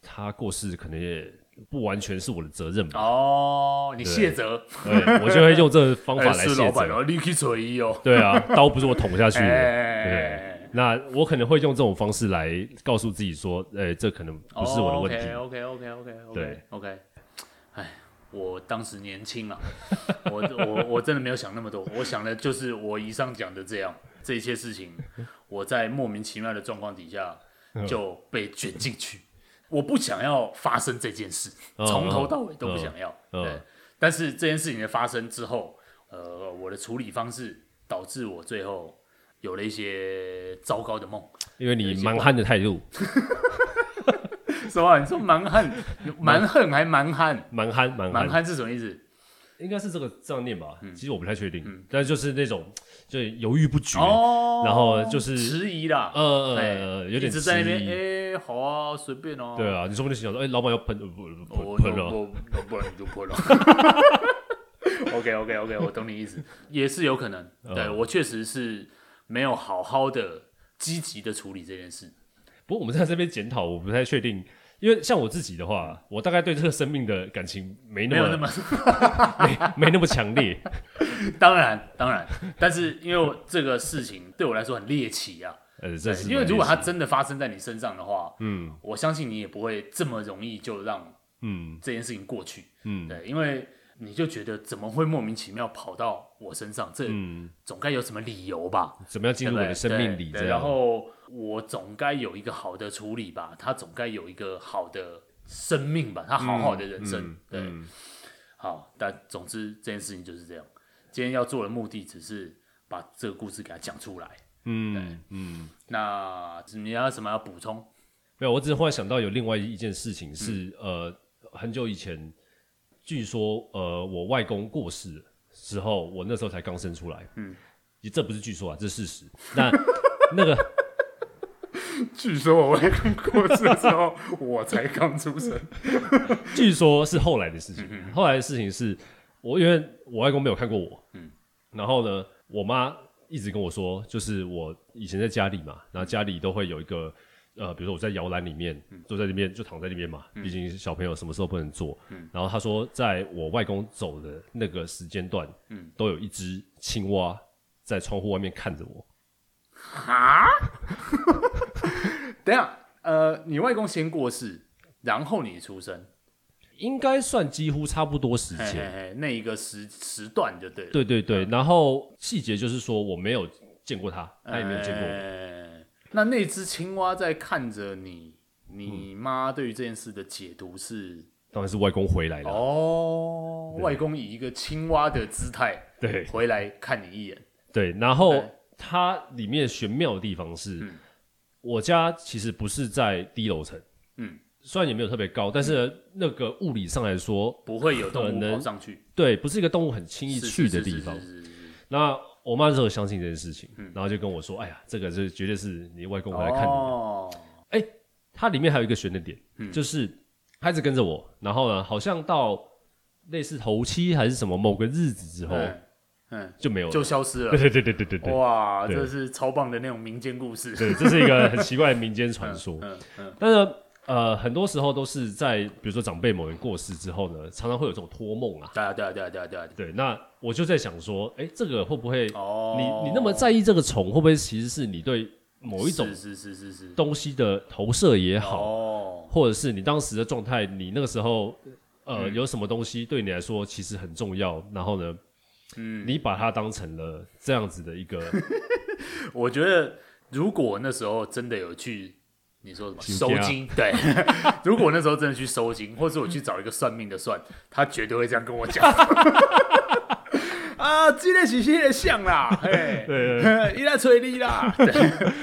Speaker 2: 他过世可能也不完全是我的责任吧，
Speaker 1: 哦，你卸责，
Speaker 2: 对我就会用这个方法
Speaker 1: 哎
Speaker 2: 来
Speaker 1: 是老
Speaker 2: 卸
Speaker 1: 板
Speaker 2: 责，
Speaker 1: 哦，你去锤一哦。
Speaker 2: 对啊，刀不是我捅下去的。
Speaker 1: 哎，
Speaker 2: 那我可能会用这种方式来告诉自己说，呃、这可能不是我的问题。
Speaker 1: 哦 OK OK OK OK
Speaker 2: 对
Speaker 1: OK，哎，我当时年轻啊， 我我我真的没有想那么多，我想的就是我以上讲的这样，这一切事情，我在莫名其妙的状况底下就
Speaker 2: 嗯
Speaker 1: 被卷进去，我不想要发生这件事，
Speaker 2: 嗯
Speaker 1: 从头到尾都不想要。
Speaker 2: 嗯
Speaker 1: 对，但是这件事情的发生之后，呃，我的处理方式导致我最后有了一些糟糕的 梦。
Speaker 2: 因为你蛮憨的态度，
Speaker 1: 什么？你说 蛮汉，蛮横还蛮汉，
Speaker 2: 蛮憨，蛮
Speaker 1: 蛮
Speaker 2: 憨，
Speaker 1: 汉是什么意思？
Speaker 2: 应该是这个这样念
Speaker 1: 嗯
Speaker 2: 吧？其实我不太确定，但就是那种就犹豫不决，
Speaker 1: 哦，
Speaker 2: 然后就是
Speaker 1: 迟疑啦，
Speaker 2: 呃呃
Speaker 1: 哎
Speaker 2: 呃，有
Speaker 1: 一
Speaker 2: 点
Speaker 1: 直
Speaker 2: 迟
Speaker 1: 在那边，
Speaker 2: 疑。
Speaker 1: 哎，好啊，随便哦，
Speaker 2: 对，啊，你说不定心想说，哎，老板要喷呃不
Speaker 1: 我
Speaker 2: 不喷了，
Speaker 1: 我我不然你就破 了。OK OK OK，我懂你意思，也是有可能。
Speaker 2: 嗯
Speaker 1: 对我确实是没有好好的积极的处理这件事。
Speaker 2: 不过我们在这边检讨，我不太确定，因为像我自己的话，我大概对这个生命的感情没
Speaker 1: 没有
Speaker 2: 那
Speaker 1: 那
Speaker 2: 么
Speaker 1: 么，
Speaker 2: 没没那么强烈。
Speaker 1: 当然当然，但是因为我这个事情对我来说很猎奇啊，
Speaker 2: 呃，这
Speaker 1: 对，
Speaker 2: 是
Speaker 1: 因为如果
Speaker 2: 蛮
Speaker 1: 它真的发生在你身上的话，嗯，我相信你也不会这么容易就让
Speaker 2: 嗯
Speaker 1: 这件事情过去，
Speaker 2: 嗯
Speaker 1: 对，因为你就觉得怎么会莫名其妙跑到我身上，这
Speaker 2: 嗯，
Speaker 1: 总该有什么理由吧？
Speaker 2: 怎么样进
Speaker 1: 对
Speaker 2: 入
Speaker 1: 不
Speaker 2: 我
Speaker 1: 对
Speaker 2: 的生命里
Speaker 1: 对
Speaker 2: 这
Speaker 1: 对然
Speaker 2: 样？
Speaker 1: 后我总该有一个好的处理吧，他总该有一个好的生命吧，他好好的人
Speaker 2: 嗯
Speaker 1: 生，对，好，但总之这件事情就是这样。今天要做的目的只是把这个故事给他讲出来。
Speaker 2: 嗯嗯。
Speaker 1: 那你要什么要补充？
Speaker 2: 没有，我只是忽然想到有另外一件事情是，呃，很久以前，据说呃，我外公过世的时候，我那时候才刚生出来，嗯，这不是据说啊，这是事实。那 那个
Speaker 1: 据说我外公过世的时候，我才刚出生。
Speaker 2: 据说是后来的事
Speaker 1: 嗯
Speaker 2: 情，后来的事情是我因为我外公没有看过我，嗯，然后呢，我妈一直跟我说，就是我以前在家里
Speaker 1: 嗯
Speaker 2: 嘛，然后家里都会有一个。呃，比如说我在摇篮里面，
Speaker 1: 嗯
Speaker 2: 坐在那边就躺在那边嘛，毕竟小朋友什么时候不能坐。
Speaker 1: 嗯
Speaker 2: 然后他说，在我外公走的那个时间段，嗯，都有一只青蛙在窗户外面看着我。
Speaker 1: 啊？等一下，呃，你外公先过世，然后你出生，
Speaker 2: 应该算几乎差不多时
Speaker 1: 嘿
Speaker 2: 间
Speaker 1: 嘿，嗯嘿，那一个时时段就对了，
Speaker 2: 对对对。然后细节就是说，我没有见过他，他也没有见过我。
Speaker 1: 哎那那只青蛙在看着你，
Speaker 2: 嗯
Speaker 1: 你妈对于这件事的解读是，
Speaker 2: 当然是外公回来了。
Speaker 1: 哦，外公以一个青蛙的姿态
Speaker 2: 对
Speaker 1: 回来看你一眼，哎
Speaker 2: 对，然后
Speaker 1: 对
Speaker 2: 它里面玄妙的地方是，我家其实不是在低楼层，
Speaker 1: 嗯，
Speaker 2: 虽然也没有特别高，但是那个物理上来说，
Speaker 1: 不会有
Speaker 2: 可
Speaker 1: 动物
Speaker 2: 能
Speaker 1: 跑上 去，
Speaker 2: 对，不是一个动物很轻易
Speaker 1: 是
Speaker 2: 去的地方。
Speaker 1: 是嗯是是是是是
Speaker 2: 那我妈那时候相信这件事情，然后就跟我说：“哎呀，这个是绝对是你外公回来看你的。
Speaker 1: 哦，嗯
Speaker 2: 它里面还有一个悬的点，就是他一直跟着我，然后呢，好像到类似头七还是什么某个日子之后、
Speaker 1: 嗯嗯，
Speaker 2: 就没有了。
Speaker 1: 就消失
Speaker 2: 对
Speaker 1: 了。
Speaker 2: 对对对对对对，
Speaker 1: 哇，
Speaker 2: 对
Speaker 1: 这是超棒的那种民间故事。
Speaker 2: 对，这是一个很奇怪的民间传说。
Speaker 1: 嗯嗯，
Speaker 2: 但是呃，很多时候都是在比如说长辈某人过世之后呢，常常会有这种托梦 啊。
Speaker 1: 对啊对啊对啊对啊对啊。
Speaker 2: 对，那我就在想说，哎，这个会不会、
Speaker 1: 哦，
Speaker 2: 你你那么在意这个虫，会不会其实是你对某一种
Speaker 1: 是是是是是
Speaker 2: 东西的投射也好，
Speaker 1: 哦，
Speaker 2: 或者是你当时的状态，你那个时候呃、有什么东西对你来说其实很重要，然后呢，
Speaker 1: 嗯，
Speaker 2: 你把它当成了这样子的一个
Speaker 1: 我觉得如果那时候真的有去，你说什么
Speaker 2: 请
Speaker 1: 收
Speaker 2: 假
Speaker 1: 金？对， 如果那时候真的去收金，或是我去找一个算命的算，他绝对会这样跟我 讲。啊，这个是这个像啦，嘿， 伊来催你啦， 对，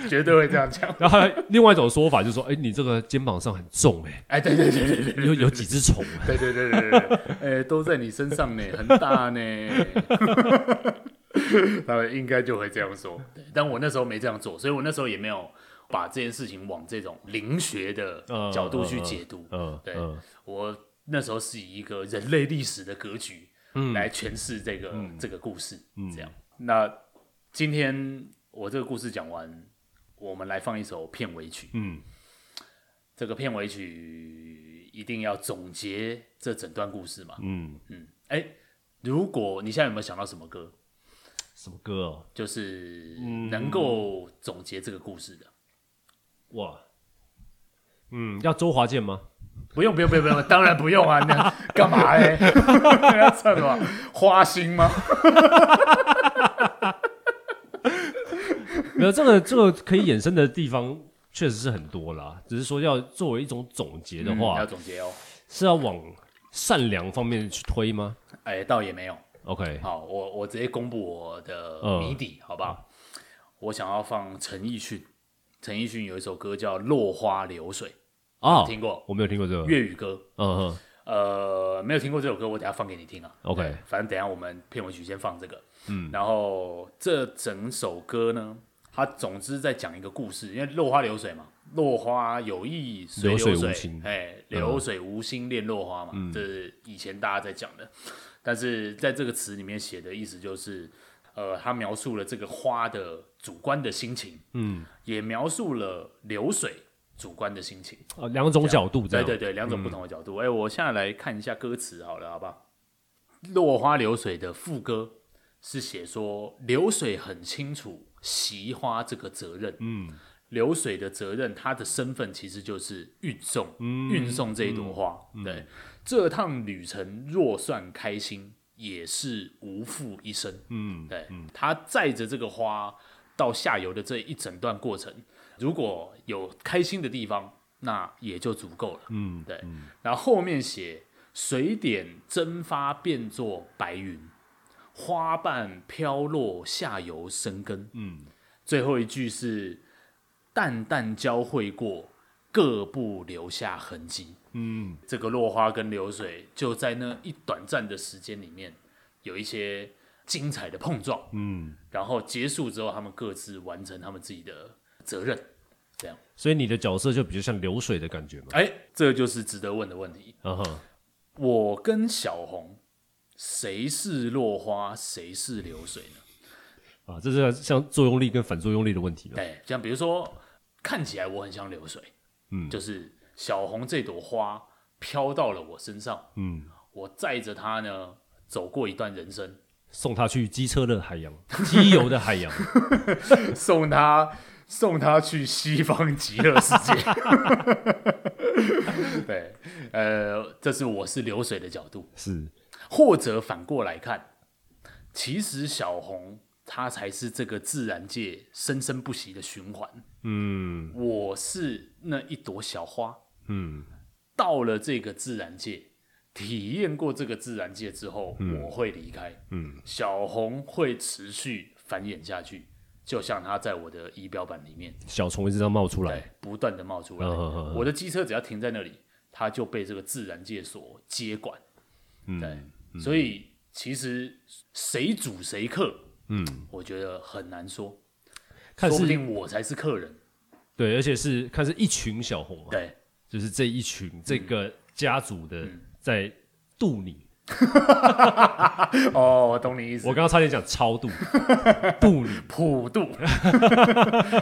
Speaker 1: 绝对会这样讲。
Speaker 2: 然后还有另外一种说法就是说，哎、你这个肩膀上很重、哎，
Speaker 1: 哎，对对对对对对
Speaker 2: 有有几只虫、啊，
Speaker 1: 对对对对对对，哎、都在你身上呢，很大呢。他们应该就会这样说，对但我那时候没这样做，所以我那时候也没有把这件事情往这种灵学的
Speaker 2: 嗯
Speaker 1: 角度去解读。
Speaker 2: 嗯，
Speaker 1: 对
Speaker 2: 嗯
Speaker 1: 我那时候是以一个人类历史的格局来诠释这个、这个故事，这样。那今天我这个故事讲完，我们来放一首片尾曲。
Speaker 2: 嗯，
Speaker 1: 这个片尾曲一定要总结这整段故事嘛。
Speaker 2: 嗯，
Speaker 1: 嗯，哎、如果你现在有没有想到什么歌，
Speaker 2: 什么歌哦？
Speaker 1: 就是能够总结这个故事的？
Speaker 2: 哇，嗯，要周华健吗？
Speaker 1: 不用，不用，不用，不用，当然不用啊！ 那干嘛嘞？要唱什么？花心吗？
Speaker 2: 没有，这个这个可以衍生的地方确实是很多啦，只是说要作为一种总结的
Speaker 1: 嗯
Speaker 2: 话，
Speaker 1: 要总结哦。
Speaker 2: 是要往善良方面去推吗
Speaker 1: 哎、倒也没有。
Speaker 2: ？OK，
Speaker 1: 好，我我直接公布我的
Speaker 2: 嗯
Speaker 1: 谜底，好不好？我想要放陈奕迅，陈奕迅有一首歌叫《落花流水》，
Speaker 2: 哦，
Speaker 1: 听过
Speaker 2: 我没有听过这个，
Speaker 1: 粤语歌。
Speaker 2: 嗯嗯
Speaker 1: 呃，没有听过这首歌，我等一下放给你听啊。
Speaker 2: ，OK，
Speaker 1: 反正等一下我们片尾曲先放这个，嗯，然后这整首歌呢，它总之在讲一个故事，因为落花流水嘛，落花有意随
Speaker 2: 流水
Speaker 1: 水，
Speaker 2: 无嗯情
Speaker 1: 哎，流水无心恋落花嘛，这是以前大家在讲的，但是在这个词里面写的意思就是，呃，它描述了这个花的主观的心情，嗯，也描述了流水主观的心情，
Speaker 2: 哦，两种角度这
Speaker 1: 对
Speaker 2: 样，嗯
Speaker 1: 对对，两种不同的角度。哎、我现在来看一下歌词好了，好不好？落花流水的副歌是写说流水很清楚惜花这个责任，嗯，流水的责任，它的身份其实就是运送，
Speaker 2: 嗯
Speaker 1: 运送这一朵花。对，这趟旅程若算开心，也是无负一生。嗯，对，他载着这个花到下游的这一整段过程，如果有开心的地方，那也就足够了。嗯，对。然后后面写水点蒸发变作白云，花瓣飘落下游生根。嗯，最后一句是淡淡交汇过，各不留下痕迹。
Speaker 2: 嗯，
Speaker 1: 这个落花跟流水就在那一短暂的时间里面有一些精彩的碰撞，
Speaker 2: 嗯，
Speaker 1: 然后结束之后，他们各自完成他们自己的责任。这样，
Speaker 2: 所以你的角色就比较像流水的感觉嘛，
Speaker 1: 哎，这就是值得问的问题。
Speaker 2: 嗯哼，
Speaker 1: 我跟小红，谁是落花，谁是流水呢？
Speaker 2: 啊，这是像作用力跟反作用力的问题嘛，
Speaker 1: 哎，像比如说，看起来我很像流水，
Speaker 2: 嗯
Speaker 1: 就是小红这朵花飘到了我身上，
Speaker 2: 嗯，
Speaker 1: 我载着它呢走过一段人生，
Speaker 2: 送他去机车的海洋， 机油的海 洋，
Speaker 1: 送他送他去西方极乐世界。对，呃，这是我是流水的角度，
Speaker 2: 是，
Speaker 1: 或者反过来看，其实小红她才是这个自然界生生不息的循环。
Speaker 2: 嗯
Speaker 1: 我是那一朵小花，
Speaker 2: 嗯，
Speaker 1: 到了这个自然界，体验过这个自然界之后，我会离开。
Speaker 2: 嗯，
Speaker 1: 小红会持续繁衍下去，就像它在我的仪表板里面，
Speaker 2: 小虫一直这样冒出
Speaker 1: 对
Speaker 2: 来，，
Speaker 1: 不断的冒出来。
Speaker 2: 嗯嗯嗯嗯
Speaker 1: 我的机车只要停在那里，它就被这个自然界所接管。
Speaker 2: 嗯
Speaker 1: 对，所以其实谁主谁客，嗯，我觉得很难说，
Speaker 2: 看
Speaker 1: 说不
Speaker 2: 是，
Speaker 1: 定我才是客人。
Speaker 2: 对，而且是看是一群小红嘛，
Speaker 1: 对，
Speaker 2: 就是这一
Speaker 1: 嗯
Speaker 2: 群这个家族的在渡你，
Speaker 1: 嗯哦，我懂你意思
Speaker 2: 我。刚刚差点讲超 度，渡你，
Speaker 1: 普 渡，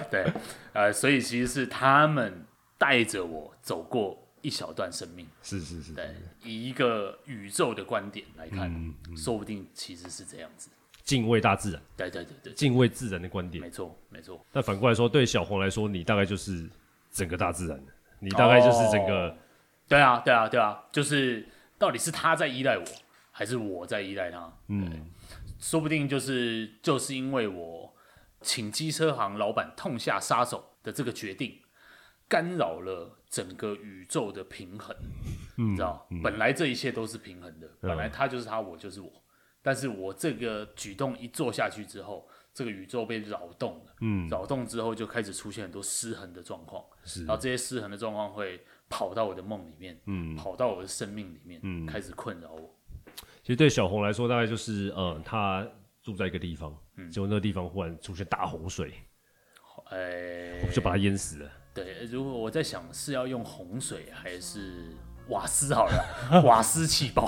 Speaker 1: 对，呃，所以其实是他们带着我走过一小段生命。
Speaker 2: 是是是，
Speaker 1: 对，以一个宇宙的观点来看，
Speaker 2: 嗯
Speaker 1: 说不定其实是这样子。
Speaker 2: 敬畏大自然，
Speaker 1: 对对对对，
Speaker 2: 敬畏自然的观点。
Speaker 1: 没错没错。
Speaker 2: 但反过来说，对小红来说，你大概就是整个大自然，你大概就是整个、
Speaker 1: 哦对啊对啊对啊，就是到底是他在依赖我，还是我在依赖他？
Speaker 2: 嗯，
Speaker 1: 说不定就是就是因为我请机车行老板痛下杀手的这个决定，干扰了整个宇宙的平衡，你知道、本来这一切都是平衡的，本来他就是他，我就是我，但是我这个举动一做下去之后，这个宇宙被扰动了，嗯，扰动之后就开始出现很多失衡的状况，
Speaker 2: 是
Speaker 1: 然后这些失衡的状况会跑到我的梦里面，嗯，跑到我的生命里面，嗯，开始困扰我，
Speaker 2: 其实对小红来说，大概就是呃，她住在一个地方，
Speaker 1: 嗯
Speaker 2: 结果那个地方忽然出现大洪水，
Speaker 1: 哎、
Speaker 2: 就把她淹死了。
Speaker 1: 对，如果我在想是要用洪水还是瓦斯好了，瓦斯气爆。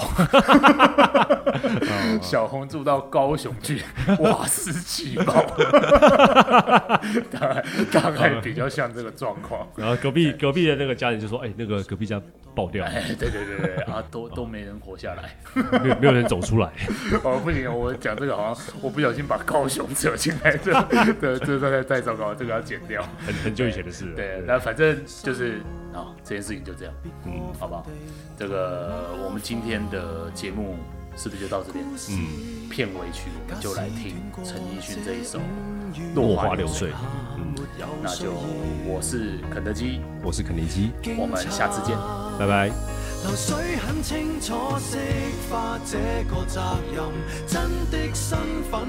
Speaker 1: 小红住到高雄去，瓦斯气爆，大概大概比较像这个状况。
Speaker 2: 然后隔壁隔壁的那个家人就说：“哎、那个隔壁家爆掉，
Speaker 1: 哎，对对对对，啊，都都没人活下来。
Speaker 2: 没有没有人走出来。
Speaker 1: 哦，不行，我讲这个好像我不小心把高雄扯进来，这这这这太太糟糕，这个要剪掉。
Speaker 2: 很”很久以前的事 了。
Speaker 1: 对，那反正就是啊、这件事情就这样，嗯，好不好？这个我们今天的节目是不是就到这边？嗯，片尾曲我们就来听陈奕迅这一首《
Speaker 2: 落
Speaker 1: 落花
Speaker 2: 花流
Speaker 1: 流
Speaker 2: 水
Speaker 1: 水》。，那就我是肯德基，
Speaker 2: 我是肯尼基，
Speaker 1: 我们下次见。
Speaker 2: 拜拜。
Speaker 3: 流水很清楚釋化這個責任，真的身份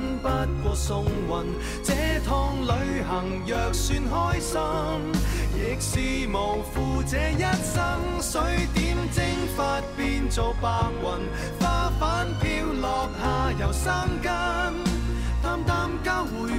Speaker 3: 不過送運。這趟旅行若算開心，亦是無負這一生。水點蒸發變做白雲，花瓣飄落下又生根。淡淡交匯